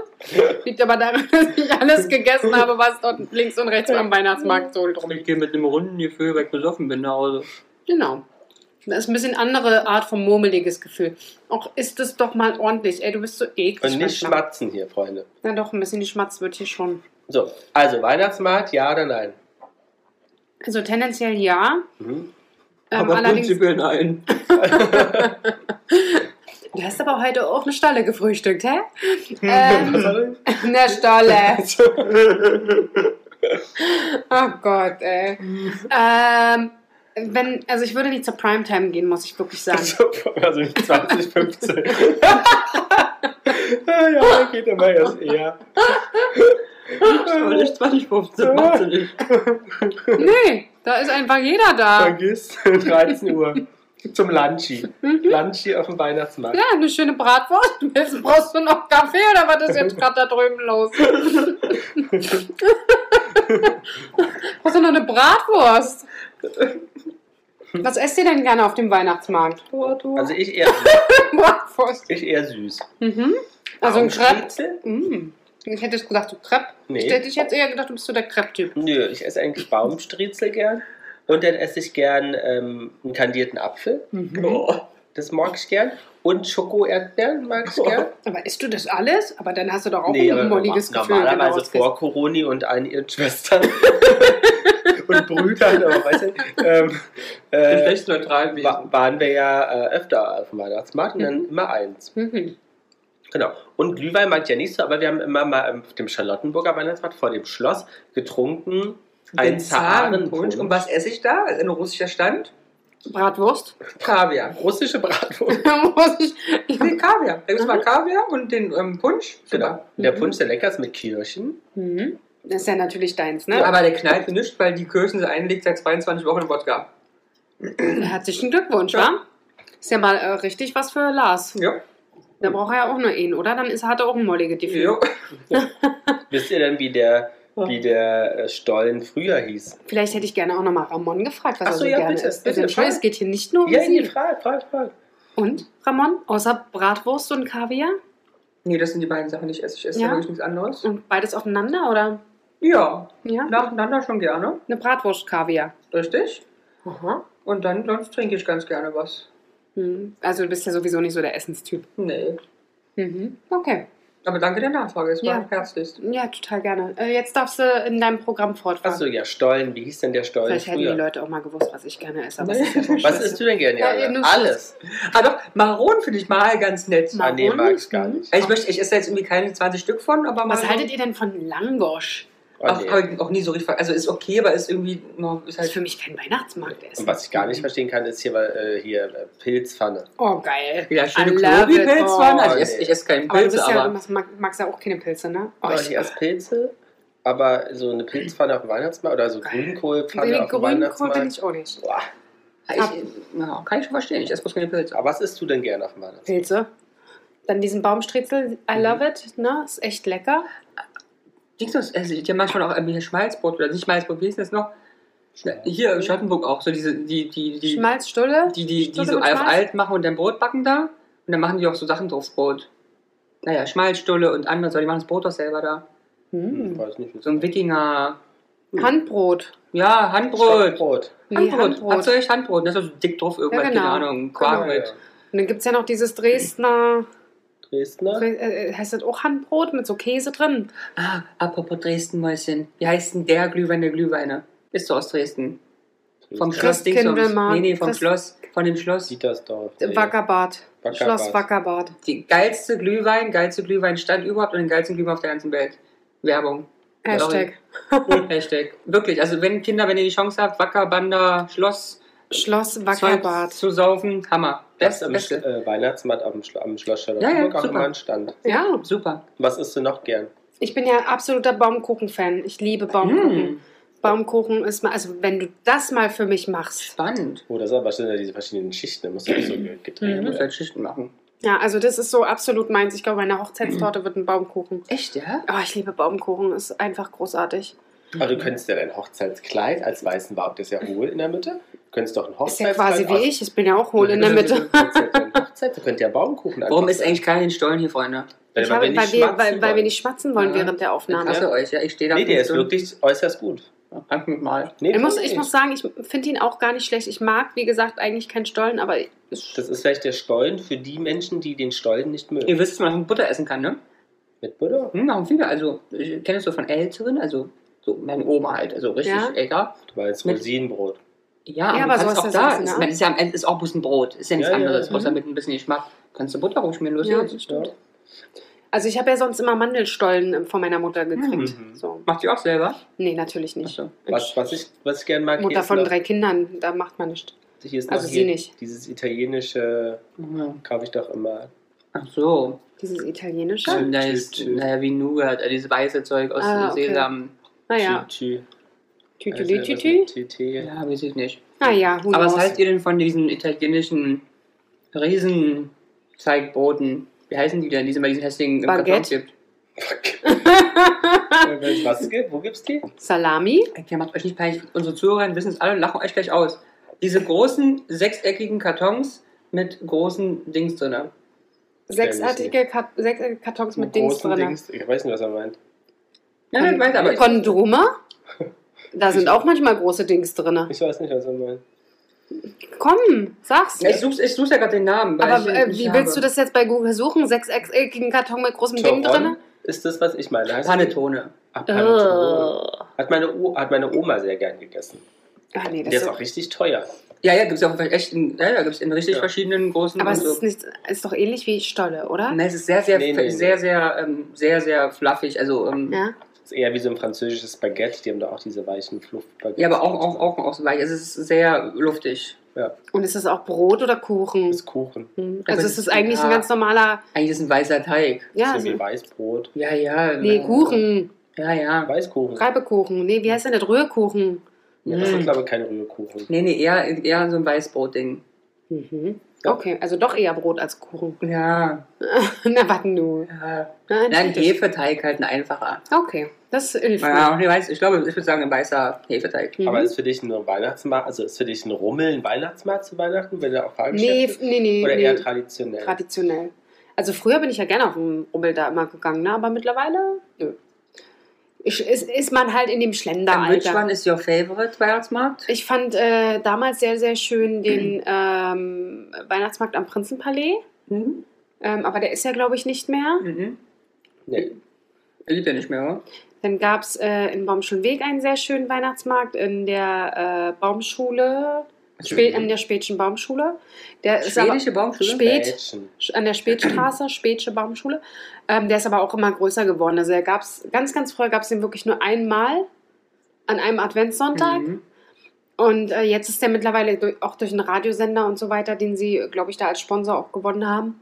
C: Liegt aber daran, dass ich alles gegessen habe, was dort links und rechts beim Weihnachtsmarkt so drum
A: Ich gehe mit einem runden Gefühl, weil ich besoffen bin nach Hause.
C: Genau. Das ist ein bisschen andere Art von murmeliges Gefühl. Auch ist es doch mal ordentlich. Ey, du bist so eklig.
B: Und nicht
C: manchmal.
B: schmatzen hier, Freunde.
C: Na doch, ein bisschen die Schmatz wird hier schon.
B: So, also Weihnachtsmarkt, ja oder nein?
C: Also tendenziell ja.
B: Mhm.
C: Ähm,
A: aber
C: allerdings,
A: prinzipiell nein.
C: du hast aber heute auch eine Stalle gefrühstückt, hä? Ähm, eine Stalle. Oh Gott, ey. Ähm, wenn, also ich würde nicht zur Primetime gehen, muss ich wirklich sagen.
B: also nicht 2015. Ah, ja, ja, geht immer erst eher.
A: Aber nicht
C: Äh,
A: 2015, machst du nicht.
C: Nee, da ist einfach jeder da.
B: Vergiss, 13 Uhr. Zum Lunchi. Lunchi auf dem Weihnachtsmarkt.
C: Mhm. Ja, eine schöne Bratwurst. Jetzt brauchst du noch Kaffee oder was ist jetzt gerade da drüben los? brauchst du noch eine Bratwurst? Was esst ihr denn gerne auf dem Weihnachtsmarkt?
B: Also ich eher, Also-
C: Bratwurst.
B: ich eher süß.
C: Mhm. Also ein Crepe.
B: Schnitzel?
C: Mm. Ich hätte jetzt gedacht, du Crepe.
B: Mhm. Nee.
C: Ich hätte ich jetzt eher gedacht, du bist so der Crepe-Typ.
B: Nö, ich esse eigentlich Baumstriezel gern. Und dann esse ich gern ähm, einen kandierten Apfel. Oh, das mag ich gern. Und Schoko-Erdbeeren mag ich gern.
C: Aber isst du das alles? Aber dann hast du doch auch
B: aber
C: ein molliges
B: norma-
C: Gefühl. genau, wenn du
B: Normalerweise
C: rausgehst.
B: vor Coroni und allen ihren Schwestern und Brüdern, aber weißt du, ähm, äh,
A: Geschlechtsneutral. wie-
B: wa- waren wir ja äh, öfter auf dem Weihnachtsmarkt und dann immer eins.
C: Mhm.
B: Genau. Und Glühwein mag ich ja nicht so, aber wir haben immer mal ähm, auf dem Charlottenburger Weihnachtsmarkt vor dem Schloss getrunken. Ein
A: Den Zarenpunsch.
B: Zarenpunsch.
A: Und was esse ich da? Ein russischer Stand?
C: Bratwurst.
A: Kaviar.
B: Russische Bratwurst.
C: Da muss ich.
A: Nee, Kaviar. Da gibt es mal Kaviar und den ähm, Punsch.
B: Genau.
A: Super.
B: Und Der
C: Mhm.
B: Punsch, der lecker ist mit Kirschen.
C: Mhm. Das ist ja natürlich deins, ne?
A: Aber der knallt mir nicht, weil die Kirchen sie einlegt seit 22 Wochen im Wodka.
C: Herzlichen Glückwunsch,
A: Ja.
C: wa? Ist ja mal äh, richtig was für Lars.
A: Jo.
C: Da braucht er ja auch nur ihn, oder? Dann ist, hat er auch ein mollige Gefühl.
A: Jo.
B: Wisst ihr denn, wie der, wie der äh, Stollen früher hieß?
C: Vielleicht hätte ich gerne auch nochmal Ramon gefragt, was
B: Ach
C: er
B: so,
C: so
B: ja,
C: gerne
B: bitte,
C: isst.
B: bitte,
C: Also, Entschuldigung,
B: frag.
C: es geht hier nicht nur um
B: Ja,
C: Sie.
B: nee, frag, frag, frag.
C: Und, Ramon, außer Bratwurst und Kaviar?
A: Nee, das sind die beiden Sachen, die ich esse. Ich esse
C: Ja.
A: wirklich nichts anderes.
C: Und beides aufeinander oder?
A: Ja,
C: Ja.
A: nacheinander schon gerne.
C: Eine Bratwurst-Kaviar.
A: Richtig.
C: Aha.
A: Und dann sonst trinke ich ganz gerne was.
C: Hm. Also du bist ja sowieso nicht so der Essenstyp.
A: Nee.
C: Mhm. Okay.
A: Aber danke der Nachfrage, es war
C: Ja.
A: herzlichst.
C: Ja, total gerne. Äh, jetzt darfst du in deinem Programm fortfahren.
B: Achso, ja, Stollen. Wie hieß denn der Stollen
C: Vielleicht hätten die
B: früher?
C: Leute auch mal gewusst, was ich gerne esse. Aber
A: Nee.
C: es ist ja wurscht.
B: Was isst du denn gerne,
C: Ja,
B: Jana?
C: eben nur
B: Alles.
A: Ah doch, Maron finde ich mal ganz nett.
C: Ma-
B: Ah, nee,
C: Maronen?
B: mag ich gar nicht.
A: Also ich, möchte, ich esse jetzt irgendwie keine 20 Stück von, aber mal.
C: Was haltet ihr denn von Langosch?
B: Oh,
A: Ach,
B: nee.
A: hab ich auch nie so richtig. ver- Also ist okay, aber ist irgendwie noch. Ist
C: Das ist
A: halt
C: für mich kein Weihnachtsmarktessen.
B: Und was ich gar nicht verstehen kann, ist hier, weil, äh, hier äh, Pilzpfanne.
C: Oh, geil.
A: ja, schöne
C: I love it
A: Knobi-Pilzpfanne. Also
B: all.
A: ich esse, ich esse keinen
C: Aber du bist
A: Pilz,
C: ja,
A: aber.
C: du magst, magst ja auch keine Pilze, ne?
B: Oh, ich esse Pilze, aber so eine Pilzpfanne auf dem Weihnachtsmarkt oder so Grünkohlpfanne auf dem
C: Grünkohl bin
B: Weihnachtsmarkt.
C: ich auch nicht.
B: Boah.
A: Ja, ich, ja, kann ich schon verstehen. Ich esse bloß keine Pilze.
B: Aber was isst du denn gerne auf dem Weihnachtsmarkt?
C: Pilze. Dann diesen Baumstritzel,
B: Mhm.
C: I love it, ne? Ist echt lecker.
A: Dingsens esse ich. also, Die haben manchmal auch irgendwie hier Schmalzbrot oder nicht Schmalzbrot, wie hieß das noch? Schna- Hier in Charlottenburg auch, so diese, die, die, die,
C: Schmalzstulle.
A: die, die, die
C: Stulle
A: so
C: mit
A: auf
C: Schmalz?
A: alt machen und dann Brot backen da. Und dann machen die auch so Sachen drauf Brot. Naja, Schmalzstulle und anderes, aber die machen das Brot doch selber da.
C: Hm.
B: Weiß nicht, was
A: So ein Wikinger.
C: Handbrot.
A: Ja, Handbrot.
B: Brot.
C: Nee,
A: Handbrot.
C: Handbrot.
A: Handbrot. Hat's Handbrot. Das ist so dick drauf irgendwas,
C: Ja, genau.
A: keine Ahnung. Quark
C: Genau.
A: mit.
C: Und dann gibt es ja noch dieses Dresdner,
B: Dresdner.
C: äh, heißt das auch Handbrot mit so Käse drin?
A: Ah, apropos Dresden-Mäuschen. Wie heißt denn der Glühwein der Glühweine? Ist doch aus Dresden. Vom
B: Dresdner.
A: Schloss Dingsums.
C: Christkindlmarkt.
A: Nee, nee, vom
C: Christ-
A: Schloss. Von dem Schloss.
B: Dietersdorf. nee.
C: Wackerbad.
B: Wackerbad.
C: Schloss Wackerbad.
A: Die geilste Glühwein, geilste Glühweinstadt überhaupt und den geilsten Glühwein auf der ganzen Welt. Werbung.
C: Hashtag.
A: Hashtag. Wirklich, also wenn Kinder, wenn ihr die Chance habt, Wackerbander, Schloss,
C: Schloss
A: Zeug
C: Wackerbad.
A: zu saufen, Hammer.
B: Was
A: Best,
B: am Sch-
A: beste.
B: äh, Weihnachtsmarkt am, Schlo am Schloss
A: Ja, ja,
B: Charlottenburg auch
A: super.
B: immer ein Stand.
C: Ja,
A: Super.
B: Was isst du noch gern?
C: ich bin ja absoluter Baumkuchen-Fan. Ich liebe
B: Hm.
C: Baumkuchen.
A: Mm,
C: Baumkuchen ist mal, also wenn du das mal für mich machst.
A: spannend.
B: Oh, das sind aber sind ja diese verschiedenen Schichten, da musst du auch so
A: Ich
B: getreten
C: Mhm.
A: muss
B: werden.
A: halt Schichten machen.
C: Ja, also das ist so absolut meins. Ich glaube, meine Hochzeitstorte wird ein Baumkuchen.
A: Echt, ja?
C: Oh, ich liebe Baumkuchen, ist einfach großartig.
B: Aber du Also könntest ja dein Hochzeitskleid als weißen Bauch, das ist ja hohl in der Mitte. Du könntest doch ein
C: Ist ja
B: Hochzeitskleid.
C: quasi
B: aus-
C: wie ich, ich bin ja auch hohl in der Mitte.
B: Du könntest ja dein Hochzeit- Du könntest ja Baumkuchen
A: Warum
B: einfach
A: ist
B: sein.
A: eigentlich keiner in den Stollen hier, Freunde?
C: Ich
B: Weil,
C: habe,
B: weil,
C: weil, wir, weil, weil wir nicht schmatzen wollen
A: Ja. Also,
C: während der
A: Ich
C: Aufnahme.
A: hasse euch, ja. Ich stehe da.
B: Nee, der ist
A: fünf
B: wirklich äußerst gut.
A: Stunden. Dank mich mal.
B: Nee,
C: Ich muss,
B: wirklich.
C: ich muss sagen, ich finde ihn auch gar nicht schlecht. Ich mag, wie gesagt, eigentlich keinen Stollen, aber
B: das ist vielleicht der Stollen für die Menschen, die den Stollen nicht mögen.
A: Ihr wisst, dass man davon Butter essen kann, ne?
B: Mit Butter?
A: Hm, machen viele. Also, ich kenne es so von Älteren, also so meine Oma halt, also richtig
C: Ja.
A: älter.
B: Du meinst
A: Mit-
B: Rosinenbrot.
A: Ja,
C: Ja, aber
A: aber, du
C: so
A: kannst
C: ist
A: auch
C: das
A: da.
C: Essen,
A: ist,
C: ne?
A: ich meine, ist ja am Ende ist auch bloß ein Brot. Ist ja nichts
B: Ja, ja,
A: anderes,
B: ja.
A: außer mit ein bisschen Geschmack. Kannst du Butter rumschmieren, los
C: Ja,
A: geht's.
C: das stimmt. Also ich habe ja sonst immer Mandelstollen ähm, von meiner Mutter gekriegt.
B: Mhm.
C: So.
A: Macht die auch selber?
C: Nee, natürlich nicht.
A: Achso.
B: Was, was ich, was ich gerne mag, hier
C: Mutter
B: ist
C: von
B: noch,
C: drei Kindern, da macht man nicht.
B: hier ist
C: also
B: noch
C: sie
B: hier
C: nicht.
B: dieses italienische, kaufe ich doch immer.
A: Ach so.
C: Dieses italienische.
B: Tü,
A: Na, ist,
B: tü, tü.
A: naja, wie Nougat, äh, dieses weiße Zeug aus
C: Ah, okay.
A: Sesam.
C: Naja,
B: Tü, tü,
C: tütü, tütü.
B: tü, tü.
A: Ja, weiß ich nicht.
C: Naja, who
A: Aber halt was
C: knows?
A: haltet ihr denn von diesen italienischen Riesenzeigbroten? Wie heißen die denn? Die es immer diesen hässlichen im
C: Baguette?
A: Karton gibt.
B: Was gibt? Wo gibt's die?
C: Salami?
A: Okay, macht euch nicht peinlich. Unsere Zuhörer wissen es alle und lachen euch gleich aus. Diese großen, sechseckigen Kartons mit großen Dings drinne.
C: Sechsartige, Ka sechsartige Kartons mit Dings
B: großen
C: drin.
B: Dings. Ich weiß nicht, was er meint.
A: Ja, ich weiß aber. Ich,
C: Kondome? Da sind auch manchmal große Dings drin.
B: Ich weiß nicht, was er meint.
C: Komm, sag's.
A: ich, such's, ich such's ja gerade den Namen. weil
C: Aber
A: ich,
C: äh,
A: ich
C: wie
A: habe-
C: willst du das jetzt bei Google suchen? Sechseckigen Karton mit großem Ding drin?
B: ist das, was ich meine. Heißt
A: Panettone.
B: Ach, Panettone.
C: Oh.
B: Hat, meine o hat meine Oma sehr gern gegessen.
C: Ah, nee, das
B: Der ist
C: ist
B: auch richtig teuer.
A: Ja, ja, gibt's ja auch echt in, ja, ja, gibt's in richtig
B: Ja.
A: verschiedenen großen.
C: Aber
A: und
C: es
A: so.
C: ist, nicht, ist doch ähnlich wie Stolle, oder?
A: Nein, es ist sehr, sehr,
B: Nee, nee, nee.
A: sehr, sehr, ähm, sehr, sehr fluffig. Also, ähm, ja.
C: Ja.
B: Ist eher wie so ein französisches Baguette. Die haben da auch diese weichen Fluffbaguettes.
A: aber auch, auch, auch, auch so weich. Es ist sehr luftig.
C: Und ist das auch Brot oder Kuchen?
B: Das Kuchen.
C: Hm.
A: aber
C: Also
A: das
C: es ist
A: ist-
C: eigentlich ein
A: ja.
C: ganz normaler
A: Eigentlich ist es ein weißer Teig.
C: ja, also-
B: so wie
C: so,
B: Weißbrot.
A: Ja, ja.
C: nee,
A: äh,
C: Kuchen,
A: Ja, ja.
B: Weißkuchen.
C: Reibekuchen. Nee, wie heißt denn das? Rührkuchen.
B: Ja, das ist,
C: Hm.
A: Mhm.
B: glaube ich, kein Rührkuchen.
A: Nee, nee, eher, eher so ein Weißbrotding.
C: Mhm.
B: Ja.
C: Okay, also doch eher Brot als Kuchen.
A: Ja,
C: Na, warten nur.
A: ja.
C: Na,
A: Nein,
C: natürlich.
A: Hefeteig halt ein einfacher.
C: Okay, das hilft
A: Ja,
C: mir.
A: und ich, weiß, ich glaube, ich würde sagen, ein weißer Hefeteig.
C: Mhm.
B: Aber ist für dich ein Weihnachtsmarkt, also ist für dich ein Rummeln Weihnachtsmarkt zu Weihnachten, wenn du auch Fragen
C: Nee,
B: stellst?
C: nee, nee.
B: Oder
C: nee.
B: eher traditionell?
C: traditionell. Also früher bin ich ja gerne auf den Rummel da immer gegangen, ne? aber mittlerweile nö. Ich, ist, ist man halt in dem
A: And which
C: Schlenderalter.
A: one is your favorite Weihnachtsmarkt?
C: Ich fand äh, damals sehr, sehr schön den ähm, Weihnachtsmarkt am Prinzenpalais.
A: Mhm.
C: Ähm, aber der ist ja, glaube ich, nicht mehr.
A: Mhm.
B: Nee.
A: Lebt ja nicht mehr, oder?
C: Dann gab es äh, in Baumschulweg einen sehr schönen Weihnachtsmarkt in der äh, Baumschule,
B: Also
C: Spä an der Spätschen Baumschule. Der ist aber
A: Schwedische Baumschule?
C: Spä- Spät.
B: Mädchen.
C: an der Spätstraße, Spätsche Baumschule. Ähm, der ist aber auch immer größer geworden. Also der gab's, ganz, ganz früher gab es den wirklich nur einmal an einem Adventssonntag.
A: Mhm.
C: Und äh, jetzt ist der mittlerweile durch, auch durch einen Radiosender und so weiter, den sie, glaube ich, da als Sponsor auch gewonnen haben.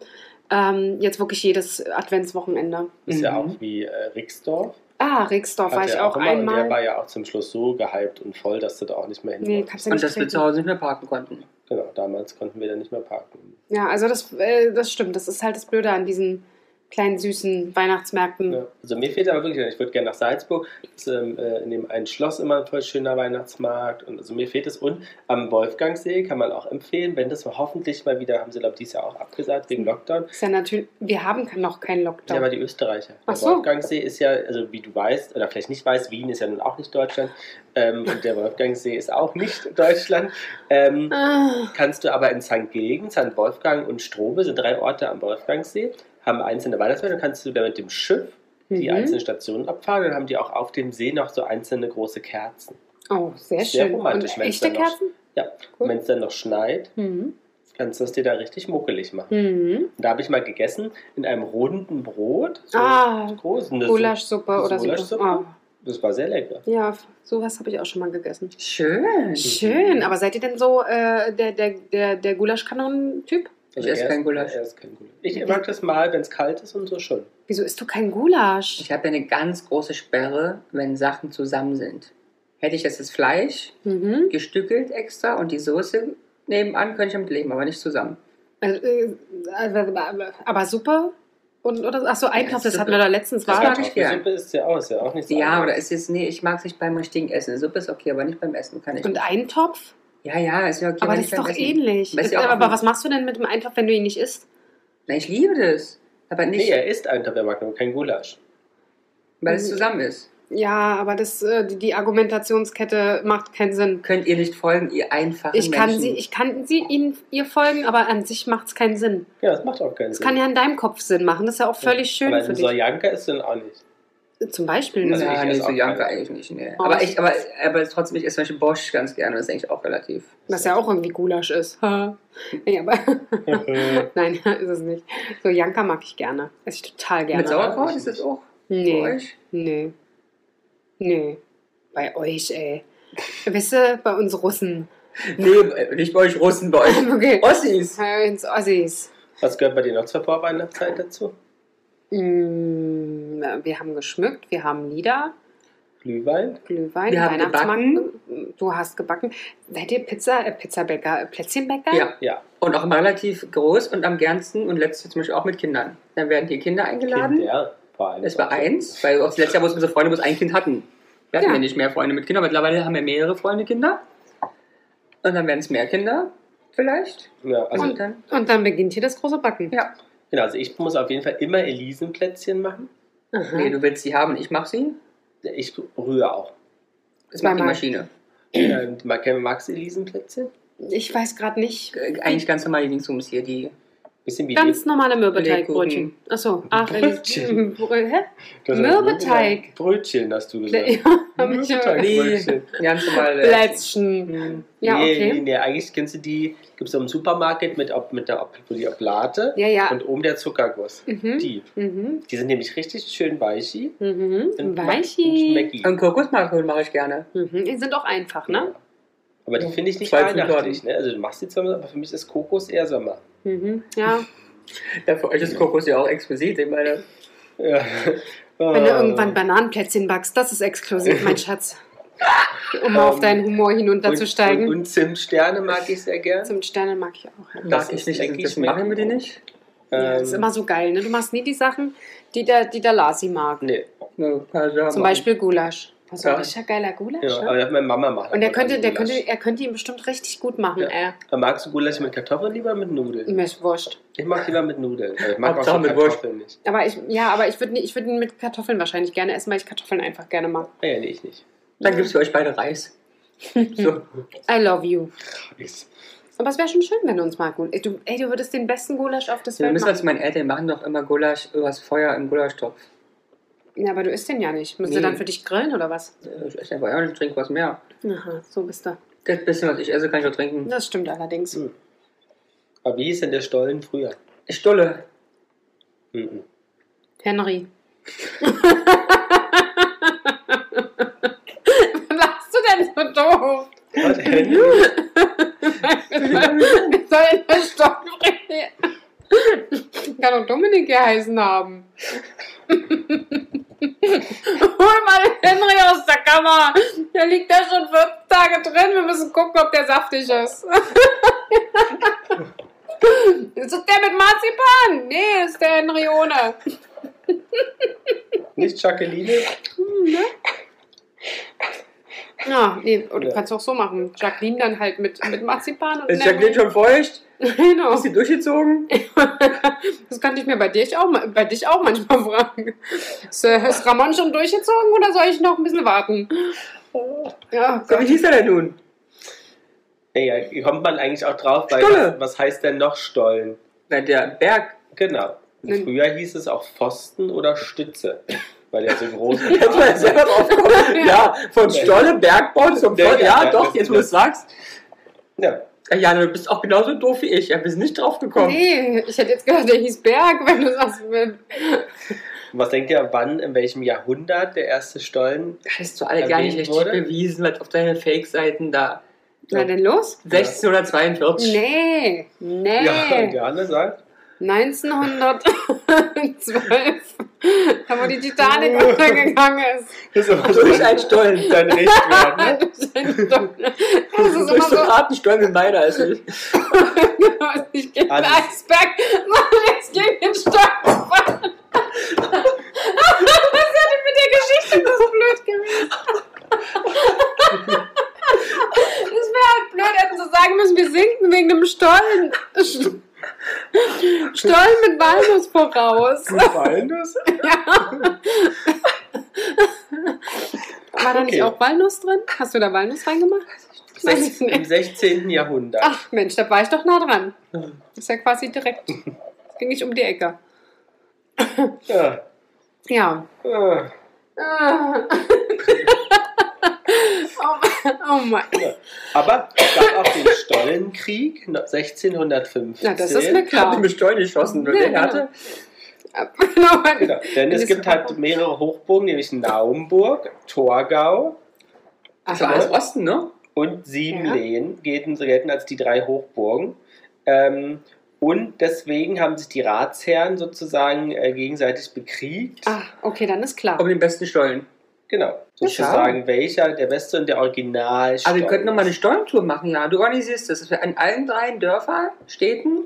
C: Ähm, jetzt wirklich jedes Adventswochenende.
B: Ist ja
A: Mhm.
B: auch wie äh, Rixdorf.
C: Ah, Rixdorf war
B: Hat
C: ich
B: ja
C: auch
B: immer, Und der
C: einmal.
B: war ja auch zum Schluss so gehypt und voll, dass du da auch nicht mehr hin
C: Nee,
B: nee,
C: kannst du
A: Und
C: nicht
A: dass wir
C: treten.
A: zu Hause nicht mehr parken konnten.
B: Genau, damals konnten wir da nicht mehr parken.
C: Ja, also das, äh, das stimmt. Das ist halt das Blöde an diesen kleinen süßen Weihnachtsmärkten.
B: Ja. Also mir fehlt aber wirklich, ich würde gerne nach Salzburg, ist, ähm, äh, in dem einen Schloss immer ein voll schöner Weihnachtsmarkt und also mir fehlt es. Und am Wolfgangsee kann man auch empfehlen, wenn das mal hoffentlich mal wieder, haben sie glaube ich dieses Jahr auch abgesagt
C: Mhm.
B: wegen Lockdown.
C: Ist ja natürlich, wir haben noch keinen
B: Ja,
C: Lockdown.
B: aber die Österreicher.
C: Ach
B: Der
C: so.
B: Wolfgangsee ist ja, also wie du weißt, oder vielleicht nicht weißt, Wien ist ja nun auch nicht Deutschland ähm, und der Wolfgangsee ist auch nicht Deutschland. Ähm,
C: ah,
B: kannst du aber in St. Gilgen, St. Wolfgang und Strobe, sind drei Orte am Wolfgangsee, haben einzelne Weihnachtsmärkte, dann kannst du da mit dem Schiff die
C: Mhm.
B: einzelnen Stationen abfahren, dann haben die auch auf dem See noch so einzelne große Kerzen.
C: oh, sehr
B: Sehr
C: schön.
B: romantisch,
C: Und
B: wenn's
C: echte
B: dann noch-
C: Kerzen? Cool.
B: Und wenn es dann noch schneit,
C: Mhm.
B: kannst du es dir da richtig muckelig machen.
C: Mhm.
B: Und da habe ich mal gegessen in einem runden Brot, so
C: Ah,
B: groß, und das-
C: Gulaschsuppe
B: das
C: oder so.
B: Gulaschsuppe?
C: Oh.
B: das war sehr lecker.
C: Ja, sowas habe ich auch schon mal gegessen.
A: Schön.
B: Mhm.
C: Schön, aber seid ihr denn so äh, der, der, der, der Gulaschkanonen-Typ?
A: Ich esse
B: Also er-
A: kein Gulasch.
B: Er ist kein Gulasch. Ich mag das mal, wenn es kalt ist und so schon.
C: Wieso isst du kein Gulasch?
A: Ich habe ja eine ganz große Sperre, wenn Sachen zusammen sind. Hätte ich jetzt das Fleisch
C: Mhm.
A: gestückelt extra und die Soße nebenan, könnte ich damit leben, aber nicht zusammen.
C: Also, äh, aber Suppe? Und, oder, ach so, Eintopf, das hatten wir da letztens.
A: Das
C: War,
A: mag ich gern.
B: Kartoffelsuppe ist ja auch, ist ja auch nicht so
A: Ja,
B: einfach.
A: oder ist jetzt, nee, ich mag es nicht beim richtigen Essen. Suppe ist okay, aber nicht beim Essen kann ich.
C: und
A: nicht.
C: Eintopf?
A: Ja, ja, ist ja okay.
C: aber
A: wenn
C: das
A: ich
C: ist
A: beim
C: doch
A: Essen-
C: ähnlich.
A: Weißt du auch-
C: aber was machst du denn mit dem Eintopf, wenn du ihn nicht isst?
A: Nein, ich liebe das. Aber nicht,
B: Nee, er isst einen Topf, er mag nur kein Gulasch.
A: weil es zusammen ist.
C: Ja, aber das, äh, die, die Argumentationskette macht keinen Sinn.
A: Könnt ihr nicht folgen, ihr einfachen
C: Ich kann,
A: Menschen.
C: sie, ich kann sie ihnen, ihr folgen, aber an sich macht es keinen Sinn.
B: Ja, das macht auch keinen
C: Das
B: Sinn.
C: kann ja in deinem Kopf Sinn machen. Das ist ja auch völlig schön
B: aber
C: für
B: ein
C: dich.
B: Soljanka ist dann auch nicht.
C: Zum Beispiel.
B: Also
C: ne?
B: ich
A: ja, nee,
B: esse
A: so
B: auch
A: Janka
B: keine.
A: eigentlich nicht. Nee.
C: Oh,
A: aber,
C: was-
A: ich, aber, aber trotzdem, ich esse zum Beispiel Bosch ganz gerne, das ist eigentlich auch relativ.
C: Was ja auch irgendwie Gulasch ist. Ha. nee, aber nein, ist es nicht. So Janka mag ich gerne. Esse ich total gerne. ne?
A: Mit Sauerkraut
B: ich
A: ist das
B: nicht.
A: auch bei
C: nee,
A: euch?
C: nee. Nee. Bei euch, ey. Wisst ihr, bei uns Russen.
A: Nee, nicht bei euch Russen, bei euch
C: Okay.
A: Ossis.
C: Bei uns Ossis.
B: Was gehört bei dir noch zur Vorweihnachtszeit dazu?
C: Mm, Wir haben geschmückt, wir haben Lieder,
B: Glühwein?
C: Glühwein,
A: Wir haben
C: Du hast gebacken. Seid ihr Pizza, äh, Pizzabäcker, äh, Plätzchenbäcker?
A: Ja,
B: Ja.
A: und auch immer relativ groß und am gernsten und letztes Jahr zum Beispiel auch mit Kindern. Dann werden die Kinder eingeladen.
B: Kinder, vor allem.
A: Das war eins, weil auch das letzte Jahr, wo es unsere Freunde bloß ein Kind hatten. Wir hatten
C: Ja.
A: ja. nicht mehr Freunde mit Kindern, mittlerweile haben wir mehrere Freunde Kinder. Und dann werden es mehr Kinder, vielleicht.
B: Ja, also,
A: und dann,
C: Und dann beginnt hier das große Backen.
A: ja.
B: genau, also ich muss auf jeden Fall immer Elisenplätzchen machen.
C: Aha.
A: Nee, du willst sie haben, ich mach sie.
B: Ich rühre auch.
A: Das macht die
C: Zweimal.
A: Maschine.
B: Ähm, mag- Magst du Elisenplätzchen?
C: Ich weiß gerade nicht.
A: Äh, Eigentlich ganz normal die Dingsums hier, die
B: Bisschen wie
C: Ganz normale Mürbeteigbrötchen. Achso, ach,
B: Brötchen.
C: Brötchen. Hä?
B: Du hast gesagt,
C: Mürbeteig.
B: Brötchen hast du gesagt.
C: Ja, mich
B: Mürbeteig.
A: die
B: Brötchen.
A: ganz äh, normale.
C: Plätzchen.
A: Hm.
C: Ja,
B: nee,
C: okay.
B: nee, nee, eigentlich kennst du die, gibt es im Supermarkt mit, Ob- mit der Ob- wo die Oblate
C: Ja, ja.
B: und oben der Zuckerguss.
C: Mhm.
B: Die.
C: Mhm.
B: Die sind nämlich richtig schön weichi.
C: Mhm.
B: und
C: Weichi.
B: schmecki.
A: Und Kokosmarmelade mache ich gerne.
C: Mhm. Die sind auch einfach, ne?
B: Aber die finde ich nicht
A: Zwei
B: weihnachtlich. Ne? Also du machst die zwar, aber für mich ist Kokos eher Sommer.
C: Mhm. Ja.
A: Ja, für euch ist Kokos ja auch exquisit. Ich meine,
B: Ja.
C: Wenn
B: Äh. Ah.
C: du irgendwann Bananenplätzchen backst, das ist exklusiv, mein Schatz. Um mal auf
B: Ähm,
C: deinen Humor hinunterzusteigen.
B: Und, Ähm. und, und Zimtsterne mag ich sehr gern.
C: Zum Sternen mag ich auch. Ja.
A: mag ich
B: ist
A: nicht, also
B: lecky,
A: das
B: schmecken
A: machen wir die nicht.
C: Ja, das ist
B: Ähm,
C: immer so geil, ne? Du machst nie die Sachen, die der, die der Lasi mag.
B: Nee.
A: Ne, kann ich ja
C: Zum
A: machen.
C: Beispiel Gulasch. Das ist ein
B: Ja.
C: richtiger geiler Gulasch.
B: Ja,
C: ne?
B: aber das hat meine Mama macht.
C: Und der
B: einfach
C: könnte,
B: ganz
C: der
B: Gulasch.
C: könnte, er könnte ihn bestimmt richtig gut machen.
B: Ja.
C: Äh,
B: Aber Magst du Gulasch mit Kartoffeln lieber mit Nudeln?
C: mir ist wurscht.
B: Ich mag lieber mit Nudeln. aber Ich mag auch
A: Hauptsache
B: schon
A: mit Wurst.
B: Kartoffeln nicht.
C: Aber ich, ja, aber ich würde ich würd ihn mit Kartoffeln wahrscheinlich gerne essen, weil ich Kartoffeln einfach gerne mag.
B: Ah ja, nee, ich nicht.
A: Dann gibt es für euch beide Reis. So.
C: I love you.
B: Nix.
C: Aber es wäre schon schön, wenn du uns mal gut. Ey, du, ey, du würdest den besten Gulasch auf das
A: Wir
C: Welt
A: müssen
C: machen.
A: das meinen Eltern die machen doch immer Gulasch übers Feuer im Gulaschtopf.
C: Ja, aber du isst den ja nicht. Müsst ihr
A: Nee.
C: dann für dich grillen oder was?
A: Äh, Ich esse einfach ja und ich trinke was mehr.
C: Aha, so bist du.
A: Das bisschen, was ich esse, kann ich auch trinken.
C: Das stimmt allerdings.
B: Hm. Aber wie hieß denn der Stollen früher?
A: Stulle.
B: Mhm.
C: Henry. Warum lachst du denn so doof?
B: Was denn?
C: Ich soll denn der Stoffbrille? Kann doch Dominik geheißen haben. Hol mal den Henry aus der Kammer. Der liegt da schon fünf Tage drin. Wir müssen gucken, ob der saftig ist. Ist das der mit Marzipan? Nee, ist der Henry ohne.
B: Nicht Jacqueline?
C: Ja, Ah, nee, oder du
B: Ja.
C: kannst auch so machen. Jacqueline dann halt mit, mit Marzipan und
A: Ist
C: Henry.
A: Äh, Jacqueline schon feucht?
C: Genau.
A: Ist sie durchgezogen?
C: Das kann ich mir bei dir ich auch, ma- bei dich auch manchmal fragen. Ist, äh, ist Ramon schon durchgezogen oder soll ich noch ein bisschen warten?
B: Oh.
C: Ja,
A: So, wie
C: Gott.
A: hieß er denn nun?
B: Naja, kommt man eigentlich auch drauf, weil
A: Stolle.
B: was, was heißt denn noch Stollen?
A: Na, der Berg.
B: Genau.
C: Nen-
B: Und früher hieß es auch Pfosten oder Stütze, weil der so groß
A: Jetzt mal
B: war.
A: selber drauf kommen. Ja, von Stolle, Bergbau zum
B: Ja,
A: Feuer.
B: ja,
A: Ja,
B: ja,
A: doch,
B: das-
A: jetzt wo du es sagst. Äh,
B: Ja,
A: Ja, Jana, du bist auch genauso doof wie ich. Ja, wir sind nicht drauf gekommen.
C: Nee, ich hätte jetzt gedacht, der hieß Berg, wenn du sagst, wenn-
B: Und Was denkt ihr, wann, in welchem Jahrhundert der erste Stollen?
A: Das hast du alle gar
B: Erwähnt
A: nicht richtig
B: wurde?
A: bewiesen, was auf deinen Fake-Seiten da.
C: Na denn los?
A: 1642.
C: Nee, nee.
B: Ja, gerne sagt.
C: 1912, da wo die Titanic
B: Oh.
C: untergegangen ist.
B: Das ist immer so
A: Durch einen Stollen.
B: dein Recht werden. ne?
C: Das ist immer
A: Durch so einen
C: so,
A: harten Stollen wie meiner also ist es.
C: ich gegen den
B: Alles.
C: Eisberg, sondern jetzt gegen den Stock. gefallen. Was ist denn mit der Geschichte so blöd gewesen? Das wäre halt blöd, hätten sie sagen müssen, wir sinken wegen dem Stollen. Stollen mit Walnuss voraus.
B: Gefallen das?
C: War da nicht
B: Okay.
C: auch Walnuss drin? Hast du da Walnuss reingemacht? Weiß ich
B: Im
C: nicht.
B: 16. Jahrhundert.
C: Ach Mensch, da war ich doch nah dran. Ist ja quasi direkt. Ging ich um die Ecke.
B: Ja.
C: Ja.
B: Ah.
C: Ah. oh, oh mein.
B: Aber es gab auch den Stollenkrieg 1615.
C: Na, das ist mir
A: Hat
C: klar.
A: ihn mit Stollen geschossen.
C: Ja,
A: Wer den
C: genau.
A: hatte?
C: Genau.
B: Genau, denn es
C: Das-
B: gibt halt mehrere Hochburgen, nämlich Naumburg, Torgau
A: Das war alles
C: Aber,
A: Osten, ne?
B: und Sieben
C: Ja.
B: Lehen gelten, gelten als die drei Hochburgen. Ähm, und deswegen haben sich die Ratsherren sozusagen äh, gegenseitig bekriegt.
C: ah, okay, dann ist klar.
A: Um den besten Stollen.
B: Genau.
A: schade.
B: Sozusagen, welcher der beste und der Original
A: Aber Also, wir könnten nochmal eine
B: ist.
A: Stollentour machen, ja. Du organisierst das. Dass wir an allen dreien Dörfern, Städten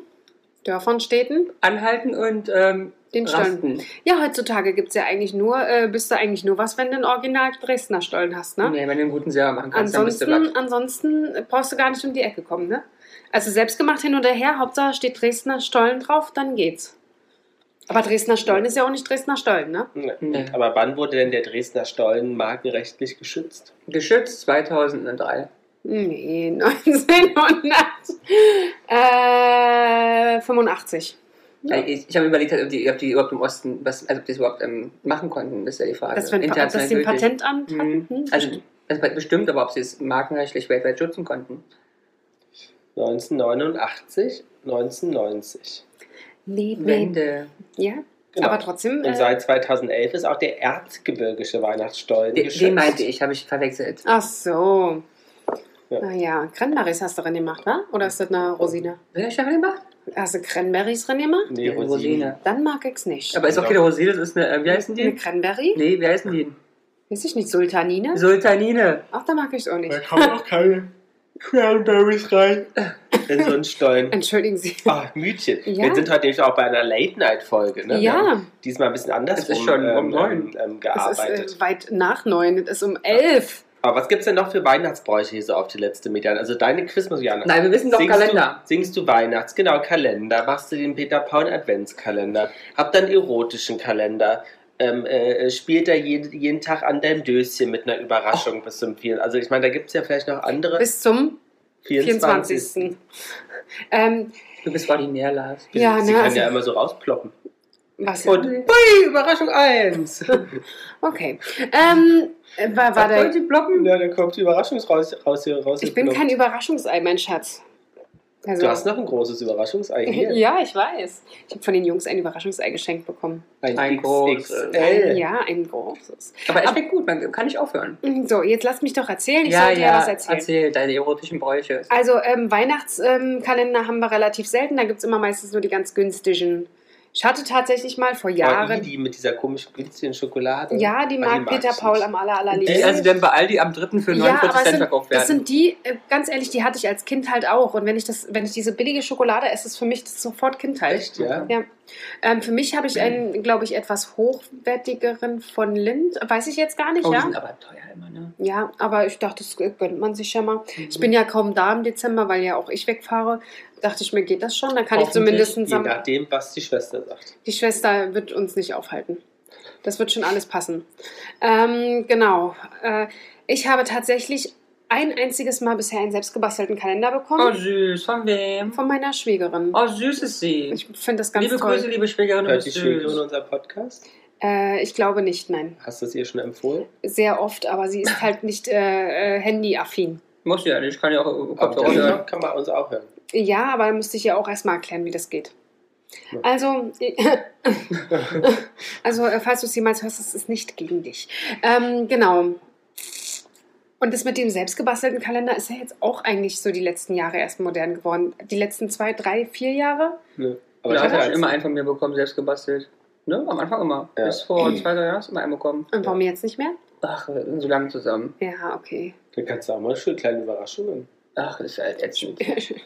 C: Dörfern, Städten,
A: anhalten und ähm,
C: den Stollen.
A: rasten.
C: Ja, heutzutage gibt es ja eigentlich nur, äh, bist du eigentlich nur was, wenn du einen Original Dresdner Stollen hast, ne?
A: Nee, wenn du einen guten selber machen kannst, dann bist
C: Ansonsten, ansonsten brauchst du gar nicht um die Ecke kommen, ne? Also selbstgemacht hin oder her, Hauptsache steht Dresdner Stollen drauf, dann geht's. Aber Dresdner Stollen ist ja auch nicht Dresdner Stollen, ne?
B: Nee.
A: Nee.
B: Aber wann wurde denn der Dresdner Stollen markenrechtlich geschützt?
A: du weg. Geschützt 2003.
C: Nee, äh, 1985.
A: Ja. Ich, ich habe überlegt, halt, ob, die, ob die überhaupt im Osten, was, also ob die es überhaupt ähm, machen konnten, das ist ja die Frage.
C: Dass, wir ein, Pa- dass sie ein
A: Also gültig.
C: Patentamt hatten?
A: Mhm.
C: Hm,
A: Also, also bestimmt, aber ob sie es markenrechtlich weltweit schützen konnten.
B: 1989, 1990.
C: nee, nee.
A: Wende.
C: Ja,
B: Genau.
C: aber trotzdem.
B: Und
C: Äh,
B: seit 2011 ist auch der erzgebirgische Weihnachtsstollen
A: Den,
B: geschützt.
A: den meinte ich, habe ich verwechselt.
C: ach so.
B: Ja.
C: Naja, Cranberries hast du drin gemacht, wa? Oder ist das eine Rosine?
A: Wer hat das gemacht?
C: Hast du Cranberries drin gemacht?
B: Nee, Rosine. Genau.
C: Dann mag ich's nicht.
A: Aber ist auch
B: Ja.
A: keine Rosine, das ist eine, äh, wie heißen
C: Eine
A: die?
C: Cranberry?
A: Nee, wie heißen die?
C: Weiß ich nicht, Sultanine?
A: Sultanine.
C: Ach, da mag ich es auch nicht.
B: kommen auch keine Cranberries rein. in so einen Stollen.
C: Entschuldigen Sie.
B: Oh, Mütchen.
C: Ja.
B: Wir sind heute nämlich auch bei einer Late-Night-Folge. Ne? Wir
C: Ja.
B: haben diesmal ein bisschen anders
A: Es ist schon um neun.
B: ähm, ähm,
C: Es ist
B: gearbeitet.
C: äh, weit nach neun, es ist um elf.
B: Aber was gibt's denn noch für Weihnachtsbräuche hier so auf die letzte Median? Also deine christmas -Jana.
A: Nein, wir wissen doch Kalender.
B: Du, singst du Weihnachts, genau, Kalender. Machst du den Peter Paul Adventskalender. Habt dann erotischen Kalender. Ähm, äh, spielt er jeden, jeden Tag an deinem Döschen mit einer Überraschung bis zum 4. Also ich meine, da gibt's ja vielleicht noch andere.
C: Bis zum
B: 24.
C: 24. Ähm,
A: Du bist ordinär, Lars.
C: ja,
B: Sie
C: ne,
B: kann
C: also,
B: ja immer so rausploppen.
C: was,
B: Und bui, Überraschung 1.
C: okay. Ähm, äh, war, war der,
B: Blocken? Ja, dann kommt die Überraschung raus, raus, hier raus.
C: ich bin kein Überraschungsei, mein Schatz. Also,
B: Du hast noch ein großes Überraschungsei hier.
C: ja, ich weiß. Ich habe von den Jungs ein Überraschungsei geschenkt bekommen.
A: Ein großes.
B: XXL.
C: Ja, ein großes.
A: Aber es schmeckt gut, man kann nicht aufhören.
C: So, jetzt lass mich doch erzählen. Ich sollte ja, was erzählen.
A: erzähl deine erotischen Bräuche.
C: Also ähm, Weihnachtskalender ähm, Kalender haben wir relativ selten. Da gibt es immer meistens nur die ganz günstigen. Ich hatte tatsächlich mal vor
B: Aber
C: Jahren.
B: die mit dieser komischen günstigen Schokolade.
A: also
C: Ja, die
B: Ah,
C: mag
B: magst
C: Peter
B: du
C: Paul
B: nicht.
C: am aller, allerliebsten.
A: Die, also werden bei Aldi am 3. für 49
C: es
A: Cent
C: sind,
A: verkauft
C: das
A: werden.
C: sind die, äh, ganz ehrlich, die hatte ich als Kind halt auch. Und wenn ich das, wenn ich diese billige Schokolade esse, ist für mich das sofort Kindheit.
B: Echt, ja?
C: Ja. Ähm, für mich habe ich einen, glaube ich, etwas hochwertigeren von Lind. Weiß ich jetzt gar nicht,
A: oh, die
C: ja?
A: sind aber teuer immer, ne?
C: Ja, aber ich dachte, das gönnt man sich ja mal.
A: Mhm.
C: Ich bin ja kaum da im Dezember, weil ja auch ich wegfahre. Dachte ich, mir geht das schon. Dann kann ich
B: Hoffentlich,
C: zumindest
B: Je
C: am,
B: nachdem, was die Schwester sagt.
C: die Schwester wird uns nicht aufhalten. Das wird schon alles passen. Ähm, genau. Äh, ich habe tatsächlich ein einziges Mal bisher einen selbstgebastelten Kalender
A: Oh,
C: bekommen
A: süß. Von wem?
C: von meiner Schwägerin.
A: Oh, süß ist sie.
C: Ich finde das ganz
A: Liebe
C: toll.
A: Grüße, liebe Schwägerin, du
B: Hört die
A: bist
B: Schwägerin
A: süß.
B: unser Podcast?
C: Äh, ich glaube nicht, nein.
B: Hast du es ihr schon empfohlen?
C: Sehr oft, aber sie ist halt nicht äh, äh, handyaffin.
A: Muss ja, ich kann ja auch
B: Aber
A: Kopfhörer hören.
B: dann kann man uns auch hören.
C: Ja, aber da müsste ich ja auch erstmal erklären, wie das geht.
B: Ja.
C: Also, also äh, falls du es jemals hörst, es ist nicht gegen dich. Ähm, genau. Und das mit dem selbstgebastelten Kalender ist ja jetzt auch eigentlich so die letzten Jahre erst modern geworden. Die letzten zwei, drei, vier Jahre.
B: Ne?
A: Aber
B: Aber
A: ich
B: ich
A: habe
B: hatte
A: schon immer einen von mir bekommen, selbst gebastelt. Ne? Am Anfang immer.
B: Ja. Mhm.
A: Bis vor zwei, drei Jahren hast du immer einen bekommen.
C: Und warum jetzt nicht mehr?
A: Ach, wir sind so lange zusammen.
C: Ja, okay.
B: Da kannst du auch mal schön kleine Überraschungen.
A: Ach, das ist halt ätzend.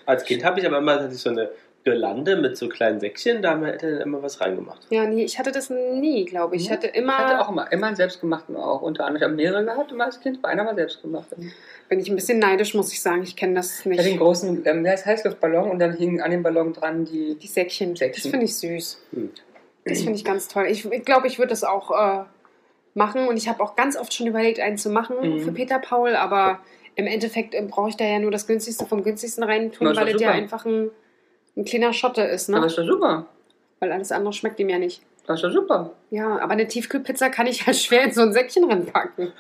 B: Als Kind habe ich aber immer so eine Girlande mit so kleinen Säckchen, da haben wir Eltern immer was reingemacht.
C: ja, nee, ich hatte das nie, glaube ich. Ich
A: Ja,
C: hatte
A: Mhm. Ich hatte
C: immer,
A: auch immer, immer einen selbstgemachten auch. Unter anderem, ich habe mehrere gehabt, immer als Kind, bei einer war selbstgemacht. Ich
C: bin ich ein bisschen neidisch, muss ich sagen. Ich kenne das
A: hatte den
C: nicht.
A: großen, ähm, der ist Heißluftballon und dann hingen an dem Ballon dran die...
C: Die Säckchen. Das
A: Säckchen.
C: finde ich süß.
B: Hm.
C: Das finde ich ganz toll. Ich ich glaube, ich würde das auch äh, machen und ich habe auch ganz oft schon überlegt, einen zu machen
A: Mhm.
C: für Peter Paul, aber im Endeffekt äh, brauche ich da ja nur das günstigste vom günstigsten reintun,
A: Na, ist doch
C: weil das ja
A: super.
C: einfach ein, ein kleiner Schotte ist,
A: Aber
C: ne?
A: ist doch super.
C: Weil alles andere schmeckt ihm ja nicht.
A: Das ist doch super.
C: Ja, aber eine Tiefkühlpizza kann ich halt schwer in so ein Säckchen ranpacken.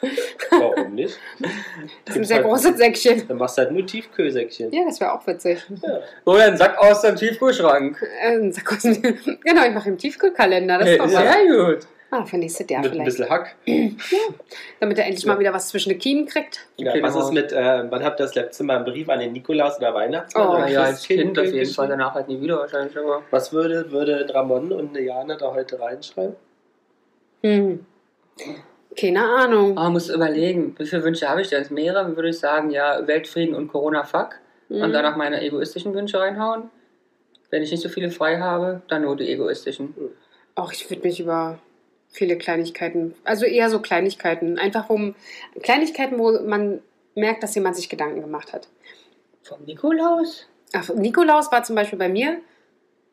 B: Warum nicht?
C: Das sind
B: Gibt's
C: sehr
B: halt-
C: große Säckchen.
B: Dann machst du halt nur Tiefkühlsäckchen.
C: Ja, das wäre auch witzig.
A: Oder ein Sack aus dem Tiefkühlschrank.
C: Äh, ein Sack aus dem- genau, ich mache einen Tiefkühlkalender. Das
A: Hey,
C: ist doch mal.
A: sehr gut.
C: Ah, für nächstes Jahr
B: mit ein
C: vielleicht.
B: bisschen Hack.
C: Damit er endlich
B: Ja.
C: mal wieder was zwischen den Kiemen kriegt.
B: Ja,
A: Okay,
B: was
A: genau.
B: ist mit, äh, wann habt ihr das letzte Mal einen Brief an den Nikolaus oder Weihnachtsmann?
C: Oh,
A: Ja,
B: oder
A: ja, als
B: Christkind
A: Kind auf jeden
B: geschrieben?
A: Fall, danach halt nie wieder wahrscheinlich. Aber
B: Was würde, würde Ramon und Jana da heute reinschreiben?
C: Hm. Keine Ahnung.
A: man Ah, muss überlegen, wie viele Wünsche habe ich denn? Als mehrere würde ich sagen, ja, Weltfrieden und Corona-Fuck. Und
C: Mhm.
A: danach meine egoistischen Wünsche reinhauen. Wenn ich nicht so viele frei habe, dann nur die egoistischen.
C: Auch ich würde mich über viele Kleinigkeiten, also eher so Kleinigkeiten, einfach um Kleinigkeiten, wo man merkt, dass jemand sich Gedanken gemacht hat.
A: Vom Nikolaus?
C: Ach, Nikolaus war zum Beispiel bei mir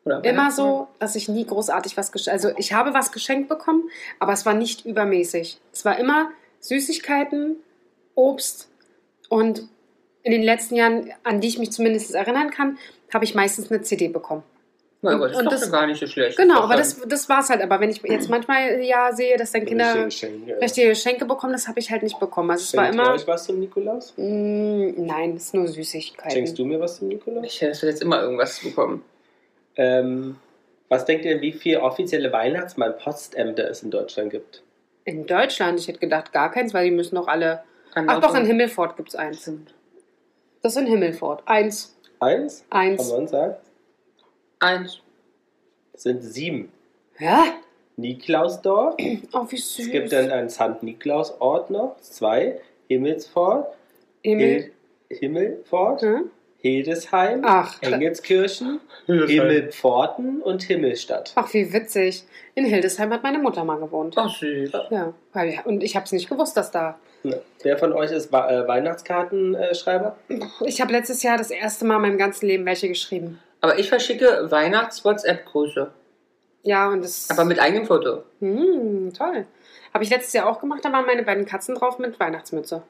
A: Oder
C: immer so, dass ich nie großartig was geschenkt Also ich habe was geschenkt bekommen, aber es war nicht übermäßig. Es war immer Süßigkeiten, Obst und in den letzten Jahren, an die ich mich zumindest erinnern kann, habe ich meistens eine CD bekommen.
A: Na, aber das
C: Und
A: ist doch
C: das-
A: gar nicht so schlecht.
C: Genau,
A: Doch,
C: aber
A: dann-
C: das, das war es halt. Aber wenn ich jetzt manchmal ja sehe, dass dann Kinder
B: Geschenke.
C: richtige Geschenke bekommen, das habe ich halt nicht bekommen. Also es war
B: Schenkt ihr
C: immer.
B: euch was zum Nikolaus?
C: Mm, nein, es ist nur Süßigkeiten.
B: Schenkst du mir was zum Nikolaus?
A: Ich hätte jetzt immer irgendwas bekommen.
B: Ähm, was denkt ihr, wie viele offizielle Weihnachtsmann-Postämter es in Deutschland gibt?
C: In Deutschland, ich hätte gedacht, gar keins, weil die müssen doch alle.
A: Kann
B: Genau.
C: Ach
A: auch
C: doch,
A: so-
C: in Himmelfort gibt es eins. Das ist in Himmelfort. Eins.
B: Eins?
C: Eins.
B: Ramon sagt,
A: Eins.
B: es sind sieben.
C: Ja?
B: Niklausdorf,
C: Oh, wie süß.
B: es gibt dann einen St. Niklaus-Ort noch, zwei. Himmelsfort,
C: Himmel.
B: Hil Himmelfort,
C: Ja?
B: Hildesheim,
C: Ach,
B: Engelskirchen, Himmelpforten und Himmelstadt.
C: ach, wie witzig. In Hildesheim hat meine Mutter mal gewohnt.
A: Ach, süß.
C: Ja, weil, und ich habe es nicht gewusst, dass da.
B: Ne. Wer von euch ist Wa- äh, Weihnachtskartenschreiber?
C: Ich habe letztes Jahr das erste Mal in meinem ganzen Leben welche geschrieben.
A: Aber ich verschicke Weihnachts-WhatsApp-Grüße.
C: Ja, und das.
A: Aber mit eigenem Foto.
C: Hm, toll. Habe ich letztes Jahr auch gemacht, da waren meine beiden Katzen drauf mit Weihnachtsmütze.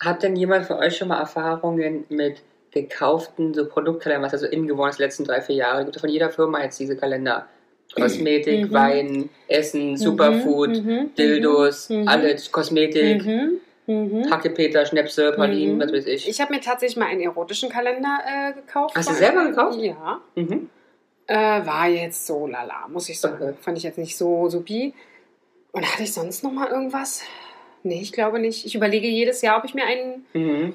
A: Hat denn jemand von euch schon mal Erfahrungen mit gekauften so Produktkalendern, was also in geworden ist, die letzten drei, vier Jahre? Gibt es von jeder Firma jetzt diese Kalender? Kosmetik,
C: Mhm.
A: Wein, Essen, Superfood,
C: Mhm, mhm,
A: Dildos,
C: mhm.
A: alles, Kosmetik,
C: Mhm. Mhm.
A: Hackepeter, Schnäpse, Pralinen,
C: Mhm.
A: was weiß ich.
C: Ich habe mir tatsächlich mal einen erotischen Kalender äh, gekauft.
A: Hast du selber gekauft?
C: Ja.
A: Mhm.
C: Äh, war jetzt so lala, muss ich sagen.
A: Okay.
C: Fand ich jetzt nicht so supi. Und hatte ich sonst noch mal irgendwas? Nee, ich glaube nicht. Ich überlege jedes Jahr, ob ich mir einen
A: Mhm.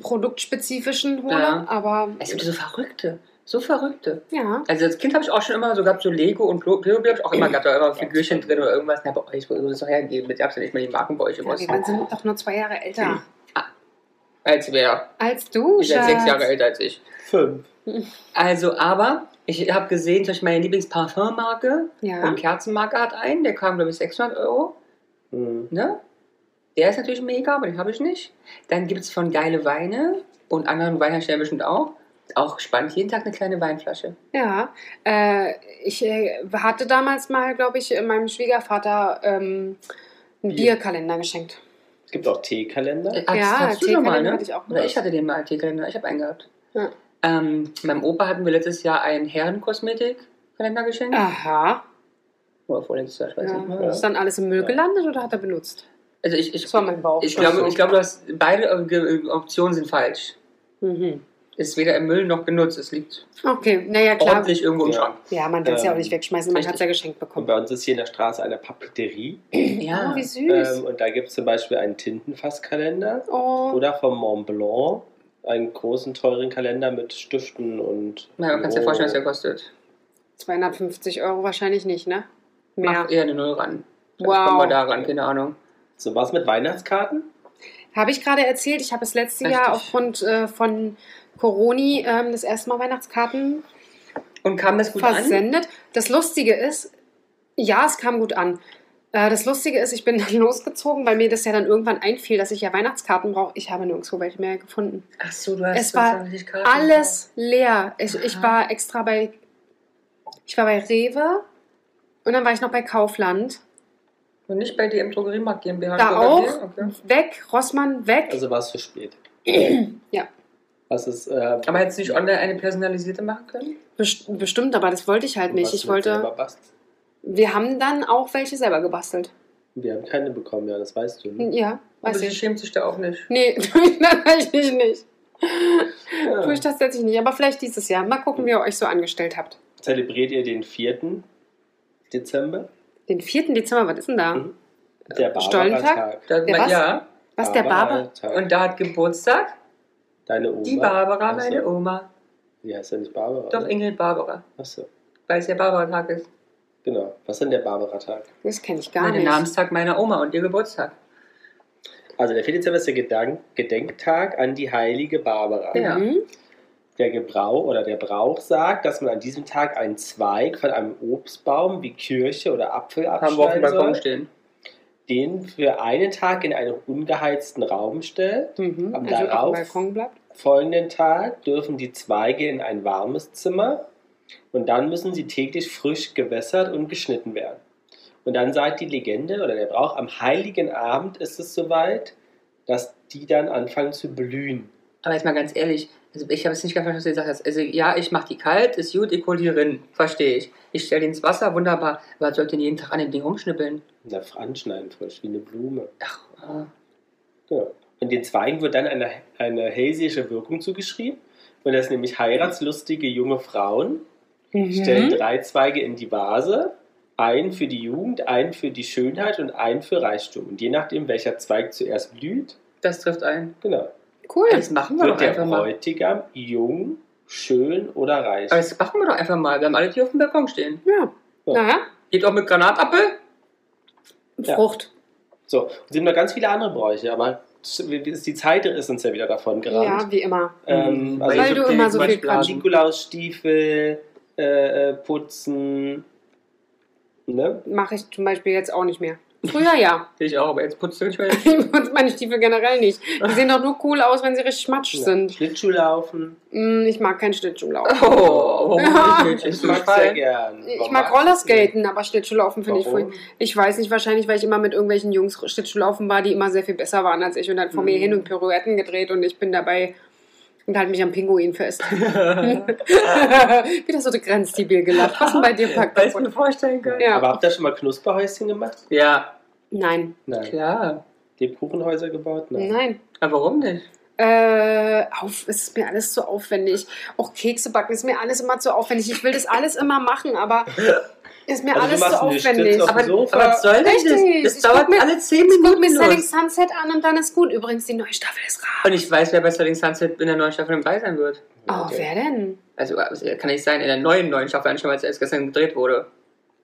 C: produktspezifischen hole.
A: Ja. Also,
C: Aber
A: Es gibt so Verrückte, so Verrückte.
C: ja,
A: Also als Kind habe ich auch schon immer so gehabt, so Lego und Glo- Lego habe ich auch immer gehabt, da war immer Figürchen drin oder irgendwas. Na, bei euch würde es doch hergeben, ich habe ja nicht mal die Marken bei euch im
C: wir
A: Osten.
C: waren- sind doch nur zwei Jahre älter.
A: Als wäre,
C: Als du,
A: ihr seid
C: Schatz.
A: sechs Jahre älter als ich.
B: Fünf.
A: Also, aber ich habe gesehen, zum Beispiel meine Lieblingsparfummarke
C: Ja.
A: und Kerzenmarke hat einen, der kam, glaube ich, 600 Euro.
B: Hm.
A: Ne? Der ist natürlich mega, aber den habe ich nicht. Dann gibt es von Geile Weine und anderen Weinherstellern bestimmt auch. Auch spannend, jeden Tag eine kleine Weinflasche.
C: Ja, äh, ich äh, hatte damals mal, glaube ich, äh, meinem Schwiegervater ähm, einen
B: Bier.
C: Bierkalender geschenkt.
B: Es gibt auch Teekalender.
A: Äh, hast- hast du schon mal, ne?
C: hatte ich auch.
A: Oder
C: mal.
A: ich hatte den mal, Teekalender, ich habe einen gehabt.
C: Ja.
A: Ähm, meinem Opa hatten wir letztes Jahr einen Herrenkosmetik-Kalender geschenkt.
C: Aha.
A: Oder vorletztes Jahr, ich weiß
C: Ja.
A: nicht mehr.
C: Ist dann alles im Müll
B: Ja.
C: gelandet oder hat er benutzt?
A: Also ich, ich,
C: Das war mein Bauch.
A: ich glaube,
C: Also.
A: ich glaube, du hast, beide äh, Ge- Optionen sind falsch.
C: Mhm.
A: Ist weder im Müll noch genutzt, es liegt
C: Okay, naja, klar.
A: ordentlich irgendwo im
B: Ja.
A: Schrank.
C: Ja, man will es ja auch
B: Ähm,
C: nicht wegschmeißen, man
A: richtig.
C: hat es ja geschenkt
B: Und
C: bekommen.
B: bei uns ist hier in der Straße eine Papeterie.
A: Ja.
C: Oh, wie süß.
B: Ähm, und da gibt es zum Beispiel einen Tintenfasskalender.
C: oh,
B: Oder vom Mont Blanc einen großen, teuren Kalender mit Stiften und.
A: Na, man kann es ja
B: Oh.
A: vorstellen, was der kostet.
C: 250 Euro wahrscheinlich nicht, ne? Mehr.
A: Mach eher eine Null ran.
C: Wow.
A: Wow. Kommen wir da ran, keine Ahnung.
B: So was mit Weihnachtskarten?
C: Habe ich gerade erzählt, ich habe das letzte
A: Richtig.
C: Jahr aufgrund äh, von Coroni ähm, das erste Mal Weihnachtskarten
A: Und kam das gut an?
C: versendet. Das Lustige ist, ja, es kam gut an. Äh, Das Lustige ist, ich bin dann losgezogen, weil mir das ja dann irgendwann einfiel, dass ich ja Weihnachtskarten brauche. Ich habe nirgendwo welche mehr gefunden.
A: Ach so, du hast
C: Es war
A: 22 Karten.
C: Alles leer. Ich, ich
A: Aha.
C: war extra bei. Ich war bei Rewe und dann war ich noch bei Kaufland.
A: Und nicht bei dir im Drogeriemarkt GmbH.
C: Da
A: Oder bei
C: auch.
A: dir? Okay.
C: Weg, Rossmann, weg.
B: Also war es zu spät.
C: Ja.
B: Was ist. Äh,
A: Aber hättest du nicht online eine personalisierte machen können?
C: Best- Bestimmt, aber das wollte ich halt nicht.
B: was
C: Ich
B: mit selber
C: wollte.
B: basteln?
C: Wir haben dann auch welche selber gebastelt. Hm,
B: Wir haben keine bekommen, ja, das weißt du. Ne?
C: Ja, weiß
A: Aber sie
C: ich.
A: schämt sich da auch nicht.
C: Nee, natürlich nicht. Tue
B: Ja.
C: ich tatsächlich nicht, aber vielleicht dieses Jahr. Mal gucken, wie ihr euch so angestellt habt.
B: Zelebriert ihr den 4. Dezember?
C: Den 4. Dezember, was ist denn da?
B: Mhm. Der
C: Stollentag?
A: Da,
C: Ja, was?
A: ja.
C: Was, der Barber?
B: Und
A: Und da hat Geburtstag
B: Deine Oma.
A: die Barbara,
B: Ach so.
A: meine Oma.
B: Die heißt ja nicht Barbara.
A: Doch
B: oder?
A: Ingrid Barbara,
B: Achso,
A: weil es ja Barbara-Tag ist.
B: genau. Was ist denn der Barbara-Tag?
C: Das kenne ich gar
A: Nein, der
C: nicht.
A: Namenstag meiner Oma und ihr Geburtstag.
B: Also, der 4. Dezember ist der Gedank Gedenktag an die heilige Barbara.
A: Ja.
C: Mhm.
B: Der Gebrauch oder der Brauch sagt, dass man an diesem Tag einen Zweig von einem Obstbaum wie Kirsche oder Apfel
A: Haben wir auf dem
B: abschneiden
A: Balkon
B: soll,
A: stehen.
B: den für einen Tag in einen ungeheizten Raum stellt.
C: Mhm.
B: Am
C: Also auf
B: darauf?
C: dem Balkon bleibt.
B: Folgenden Tag dürfen die Zweige in ein warmes Zimmer und dann müssen sie täglich frisch gewässert und geschnitten werden. Und dann sagt die Legende oder der Brauch, am heiligen Abend ist es soweit, dass die dann anfangen zu blühen.
A: Aber jetzt mal ganz ehrlich, also ich habe es nicht ganz verstanden, was du gesagt hast. Also ja, ich mache die kalt, ist gut, ich hole die rin. Verstehe ich. Ich stelle die ins Wasser, wunderbar. Aber was soll ich denn jeden Tag an dem Ding rumschnippeln?
B: Und da anschneiden frisch, wie eine Blume.
A: Ach, ah.
B: Genau. Und den Zweigen wird dann eine, eine hellsehische Wirkung zugeschrieben. Und das nämlich heiratslustige junge Frauen stellen
C: Mhm.
B: drei Zweige in die Vase. Einen für die Jugend, einen für die Schönheit und einen für Reichtum. Und je nachdem, welcher Zweig zuerst blüht,
A: das trifft ein.
B: genau,
C: Cool.
A: Das machen wir doch
B: wird der
A: einfach mal.
B: Bräutigam jung, schön oder reich.
A: Aber das machen wir doch einfach mal. Wir haben alle die auf dem Balkon stehen.
C: Ja.
B: Ja.
C: Naja,
A: Geht auch mit Granatapfel?
B: Ja.
C: Frucht.
B: So, es sind noch ganz viele andere Bräuche, aber ist die Zeit ist uns ja wieder davon gerannt.
C: Ja, wie immer.
A: Mhm.
B: Ähm, also
C: Weil
B: ich
C: du
B: hab dir
C: immer so
B: zum
C: viel
B: Beispiel
C: quatschen.
B: Nikolausstiefel, äh, äh, putzen. Ne?
C: Mache ich zum Beispiel jetzt auch nicht mehr. Früher ja.
A: Ich auch, aber jetzt putzt du nicht mehr.
C: Ich putze meine Stiefel generell nicht. Die sehen doch nur cool aus, wenn sie richtig matschig
B: Ja.
C: sind.
B: Schlittschuh laufen.
C: Mm, Ich mag keinen Schlittschuhlaufen.
A: Oh, warum nicht?
B: Ich
A: Ist
B: mag sehr gern.
C: Ich
B: Warum
C: mag
B: magst du's nicht?
C: Rollerskaten, aber Schlittschuhlaufen finde ich
B: Warum?
C: furchtbar. Ich weiß nicht, wahrscheinlich, weil ich immer mit irgendwelchen Jungs Schlittschuhlaufen war, die immer sehr viel besser waren als ich und dann vor mir hin und Pirouetten gedreht und ich bin dabei und halt mich am Pinguin fest. Wieder so grenztibil gelacht. Was ist denn bei dir packt?
A: Weil ich mir vorstellen kann.
C: Ja.
B: Aber habt ihr schon mal Knusperhäuschen gemacht?
A: Ja,
C: Nein,
B: Nein.
A: klar.
B: Lebkuchenhäuser gebaut? Nein.
C: nein.
A: Aber warum nicht?
C: Äh, auf, es ist mir alles zu aufwendig. Auch Kekse backen ist mir alles immer zu aufwendig. Ich will das alles immer machen, aber ist mir
B: Also du
C: alles
B: machst
C: zu
B: nichts,
C: aufwendig.
B: sitzt auf-
A: Aber,
B: Sofa.
A: aber was soll denn
C: Richtig,
A: das?
C: ich
A: Das dauert
C: guck mir-
A: alle 10
C: Ich guck mir
A: Minuten
C: Selling
A: los.
C: Sunset an und dann ist gut. Übrigens, die neue Staffel ist raus.
A: Und ich weiß, wer bei Selling Sunset in der neuen Staffel dabei sein wird.
C: Oh,
B: Okay.
C: wer denn?
A: Also äh, kann nicht sein, in der neuen, neuen Staffel, anstatt als erst gestern gedreht wurde.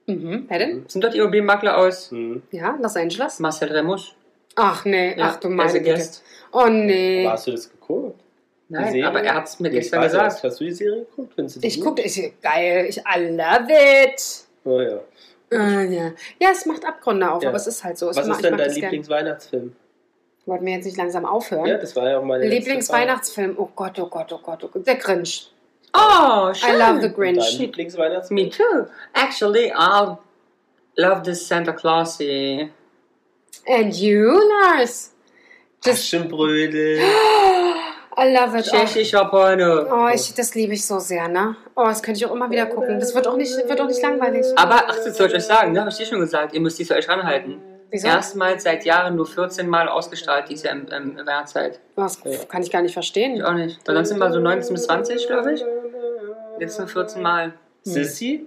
C: Mhm. Wer denn?
A: Sind dort die Immobilienmakler aus
B: Hm.
C: Ja, Los Angeles?
A: Marcel Remus?
C: Ach nee,
A: Ja,
C: ach du
A: er ist
C: meine
A: ein
C: Güte.
A: Guest.
C: Oh nee.
B: Aber hast du das geguckt?
A: Nein,
B: Serie?
A: aber er hat es mir
B: Ich
A: gestern
B: weiß
A: gesagt.
B: das. Hast du die Serie geguckt? Findest du die
C: Ich
B: gut?
C: gucke, ich, geil, ich I love it.
B: Oh, ja.
C: Ah, ja. ja, es macht Abgründe auf,
B: Ja.
C: aber es ist halt so. Es
B: Was
C: ma-
B: ist
C: ich
B: denn
C: mag
B: dein
C: das gern.
B: Lieblingsweihnachtsfilm?
C: Wollten wir jetzt nicht langsam aufhören?
B: Ja, das war ja auch meine letzte
C: Lieblingsweihnachtsfilm. Oh Gott, oh Gott, oh Gott, oh Gott. Der Grinch.
A: Oh,
C: I
A: schön.
C: love the
B: Frage. Und
C: Grinch.
B: Dein Lieblingsweihnachtsfilm?
A: Me too. Actually, I love this Santa Clausy.
C: And you, Lars. Just,
B: Aschenbrödel.
C: Hm. I love it. Oh,
A: Tschechischer Porno.
C: oh ich, das liebe ich so sehr, ne? Oh, das könnte ich auch immer wieder gucken. Das wird auch nicht, wird auch nicht langweilig.
A: Aber ach, das wollte ich euch sagen, ne? Hab ich dir schon gesagt, ihr müsst dies euch ranhalten.
C: Wieso?
A: Erstmals seit Jahren nur 14 Mal ausgestrahlt, diese ähm, ähm, Weihnachtszeit.
C: Das kann ich gar nicht
A: Ich
C: verstehen.
A: auch nicht. Weil sonst immer so 19 bis 20, glaube ich. Jetzt nur 14 Mal.
B: Sissy?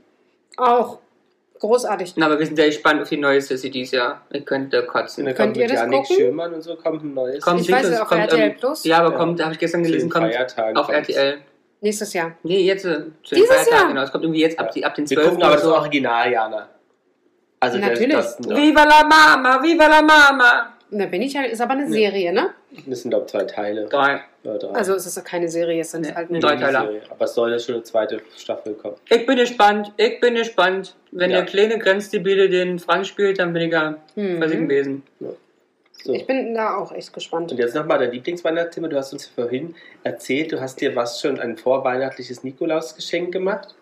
C: Auch. Großartig.
A: Na, aber wir sind sehr gespannt auf die neue Sissy dieses Jahr. Ihr könnt da kotzen.
B: Da
C: Könnt
B: kommt
C: ihr
B: mit
C: das
B: Janik
C: gucken?
B: Schürmann und so kommt ein neues.
A: Kommt
C: Ich weiß,
A: Dickes,
C: auf RTL Plus?
A: Ja, aber
B: Ja.
A: kommt, habe ich gestern
B: Zu den
A: gelesen, kommt
B: Feiertagen
A: auf
B: kommt's.
A: RTL.
C: Nächstes Jahr.
A: Nee, jetzt äh, zu den
C: Dieses
A: Feiertagen,
C: Jahr?
A: genau. Es kommt irgendwie jetzt ab, die, ab den
B: Wir
A: 12.
B: gucken aber
A: oder
B: das
A: so.
B: Original, Jana. Also der-
C: Natürlich.
B: das das
A: Viva la Mama, viva la Mama.
C: Und da bin ich halt, ist aber eine Serie, ne?
B: sind glaube ich zwei Teile.
A: Drei.
B: Oder drei.
C: Also es ist ja keine Serie, es sind
A: Nee,
C: halt
A: nee.
C: nur.
A: drei Teile.
B: Miniserie. Aber es soll ja schon eine zweite Staffel kommen.
A: Ich bin gespannt, ich bin gespannt. Wenn
B: Ja.
A: der kleine Grenzdebile den Franz spielt, dann bin ich ja versichert
C: Hm.
A: gewesen.
B: So.
C: Ich bin da auch echt gespannt.
B: Und jetzt nochmal dein Lieblingsweihnachtsthema. Du hast uns vorhin erzählt, du hast dir was schon ein vorweihnachtliches Nikolausgeschenk gemacht.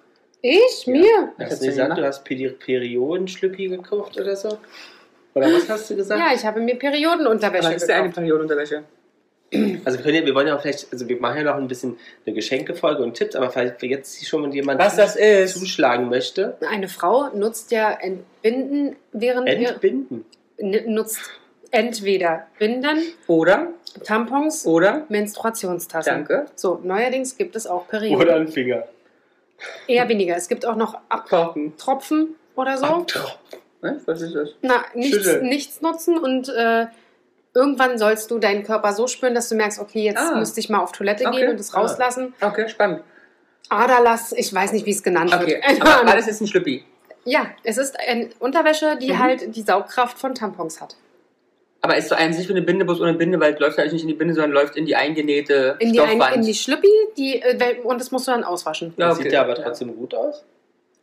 C: Ich?
B: Ja.
C: Mir?
A: Was
B: hast
A: hast
B: du
A: du
B: gesagt,
A: gemacht?
B: du hast Peri- Periodenschlüppi gekauft oder so? Oder was hast du gesagt?
C: Ja, ich habe mir Periodenunterwäsche
A: Was ist der eine
C: gekauft.
A: Periodenunterwäsche?
B: Also wir können ja, wir wollen ja auch vielleicht, also wir machen ja noch ein bisschen eine Geschenkefolge und Tipps, aber vielleicht jetzt schon, wenn jemand
A: Was das ist?
B: zuschlagen möchte,
C: Eine Frau nutzt ja Entbinden während ihr
B: entbinden.
C: n- nutzt entweder Binden,
A: Oder,
C: Tampons,
A: oder,
C: Menstruationstassen.
A: Oh. danke,
C: So, neuerdings gibt es auch Perioden.
B: Oder einen Finger.
C: Eher weniger. Es gibt auch noch
A: kochen.
C: Abtropfen oder so.
A: Ne? Was ist das?
C: Na, nichts,
B: Schüttel.
C: nichts nutzen und äh, irgendwann sollst du deinen Körper so spüren, dass du merkst, okay, jetzt
A: Ah.
C: müsste ich mal auf Toilette
A: Okay.
C: gehen und es
B: Ah.
C: rauslassen.
A: Okay, spannend.
C: Aderlass, ich weiß nicht, wie es genannt
A: Okay,
C: wird. Keine
A: aber
C: Ahnung.
A: alles ist ein Schlüppi.
C: ja, es ist eine Unterwäsche, die
A: Mhm.
C: halt die Saugkraft von Tampons hat.
A: Aber ist so ein sich wie eine Binde, bloß ohne Binde, weil es läuft ja eigentlich nicht in die Binde, sondern läuft in die eingenähte
C: In die, ein,
A: Stoffwand.
C: in die Schlüppi die, äh, wel- und das musst du dann auswaschen.
A: Ja,
B: Das
A: okay.
B: Sieht ja aber trotzdem gut aus.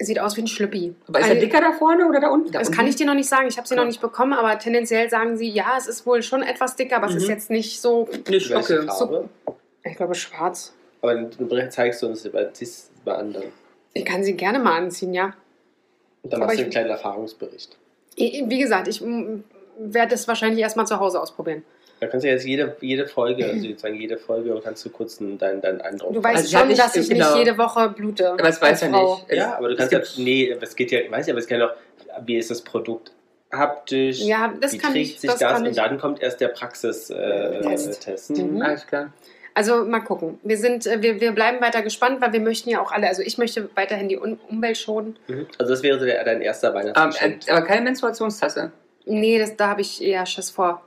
C: Sieht aus wie ein Schlüppi.
A: Aber ist er
C: Ein-
A: dicker Mhm. da vorne oder da unten? Da
C: Das
A: unten?
C: kann ich dir noch nicht sagen. Ich habe sie noch
A: Okay.
C: nicht bekommen, aber tendenziell sagen sie, ja, es ist wohl schon etwas dicker, aber es ist
A: Mhm.
C: jetzt nicht so,
A: nicht.
B: Welche
A: Okay.
B: Farbe?
C: ich glaube, schwarz.
B: Aber du du zeigst uns bei, ziehst es bei anderen.
C: Ich kann sie gerne mal anziehen, ja.
B: Und dann
C: Aber
B: machst du
C: ich-
B: einen kleinen Erfahrungsbericht.
C: I- Wie gesagt, ich mm, werde das wahrscheinlich erstmal zu Hause ausprobieren.
B: Da kannst du jetzt jede, jede Folge, also sozusagen jede Folge, kannst du kurz einen- deinen, deinen Eindruck
C: Du weißt
A: Also ich hab
C: schon,
A: nicht-
C: dass ich
A: genau.
C: nicht jede Woche blute.
A: Aber das
C: als
A: weiß er
C: Frau.
A: nicht. Es-
B: Ja, aber du
A: es
B: kannst ja,
A: gibt-
B: nee, es geht ja, weiß ja, aber es kann ja auch, wie ist das Produkt haptisch,
C: Ja, das
B: wie
C: kann
B: trägt
C: ich-
B: sich
C: das
B: das
C: kann
B: und
C: ich.
B: dann kommt erst der Praxistest. Äh,
C: Test.
B: Test.
C: Mhm.
A: Alles klar.
C: Also mal gucken. Wir, sind, äh, wir, wir bleiben weiter gespannt, weil wir möchten ja auch alle, also ich möchte weiterhin die Un Umwelt schonen.
B: Mhm. Also das wäre so der, dein erster
A: Ähm,
B: Weihnachtsgeschenk.
A: äh, aber keine Menstruationstasse.
C: Nee, das, da habe ich eher Schiss vor.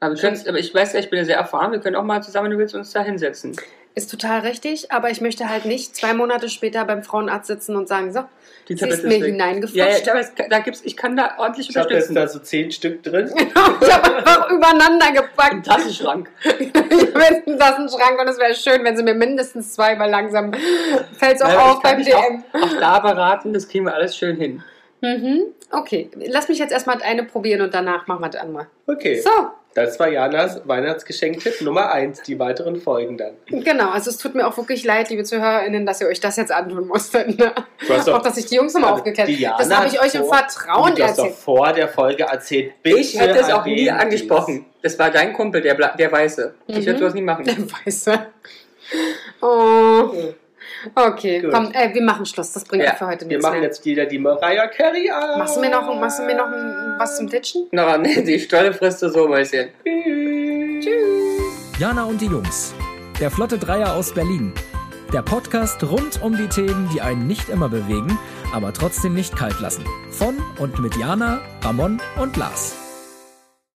A: Aber, wir können's- aber ich weiß ja, ich bin ja sehr erfahren. Wir können auch mal zusammen, wenn du willst, uns da hinsetzen.
C: Ist total richtig, aber ich möchte halt nicht zwei Monate später beim Frauenarzt sitzen und sagen, so,
A: Die
C: sie ist
A: Tablette
C: mir
A: ist weg. Ja,
C: hineingeflutscht.
A: ja, aber es, da gibt's, ich kann da ordentlich
B: Ich habe jetzt
A: unterstützen.
B: da so zehn Stück drin.
C: ich habe einfach übereinander
A: Im
C: gepackt.
A: Tassenschrank.
C: ich bin in den Schrank und es wäre schön, wenn sie mir mindestens zweimal langsam fällt es auch
A: Ja, aber
C: auf
A: ich Ne, kann
C: beim DM.
A: dich Auch, auch da beraten, das kriegen wir alles schön hin.
C: Mhm. Okay, lass mich jetzt erstmal eine probieren und danach machen wir das andere.
B: Okay,
C: So,
B: das war Janas Weihnachtsgeschenktipp Nummer eins. Die weiteren folgen dann.
C: genau. Also es tut mir auch wirklich leid, liebe ZuhörerInnen, dass ihr euch das jetzt antun musstet. Ne?
B: Du hast Also
C: Auch, dass ich die Jungs nochmal aufgeklärt
B: Diana
C: habe. Das habe ich
B: hat
C: euch im
B: vor-
C: Vertrauen
B: du hast doch
C: erzählt.
B: vor der Folge erzählt. Bitte
A: Ich hätte es auch nie
B: erwähnt
A: angesprochen. Das war dein Kumpel, der, Bla- der Weiße.
C: Mhm.
A: Ich würde sowas nie machen.
C: Weiße. Oh. Okay,
B: Gut.
C: komm, äh, wir machen Schluss. Das bringt
A: Ja,
C: für heute
B: dies. Wir
C: nichts
B: machen
C: mehr.
B: jetzt wieder die Mariah Carey an.
C: Machst du mir noch, machst du mir noch ein- was zum Ditchen?
A: Na, nee, die Stolle frisst du so ein bisschen.
D: Jana und die Jungs. Der Flotte Dreier aus Berlin. Der Podcast rund um die Themen, die einen nicht immer bewegen, aber trotzdem nicht kalt lassen. Von und mit Jana, Ramon und Lars.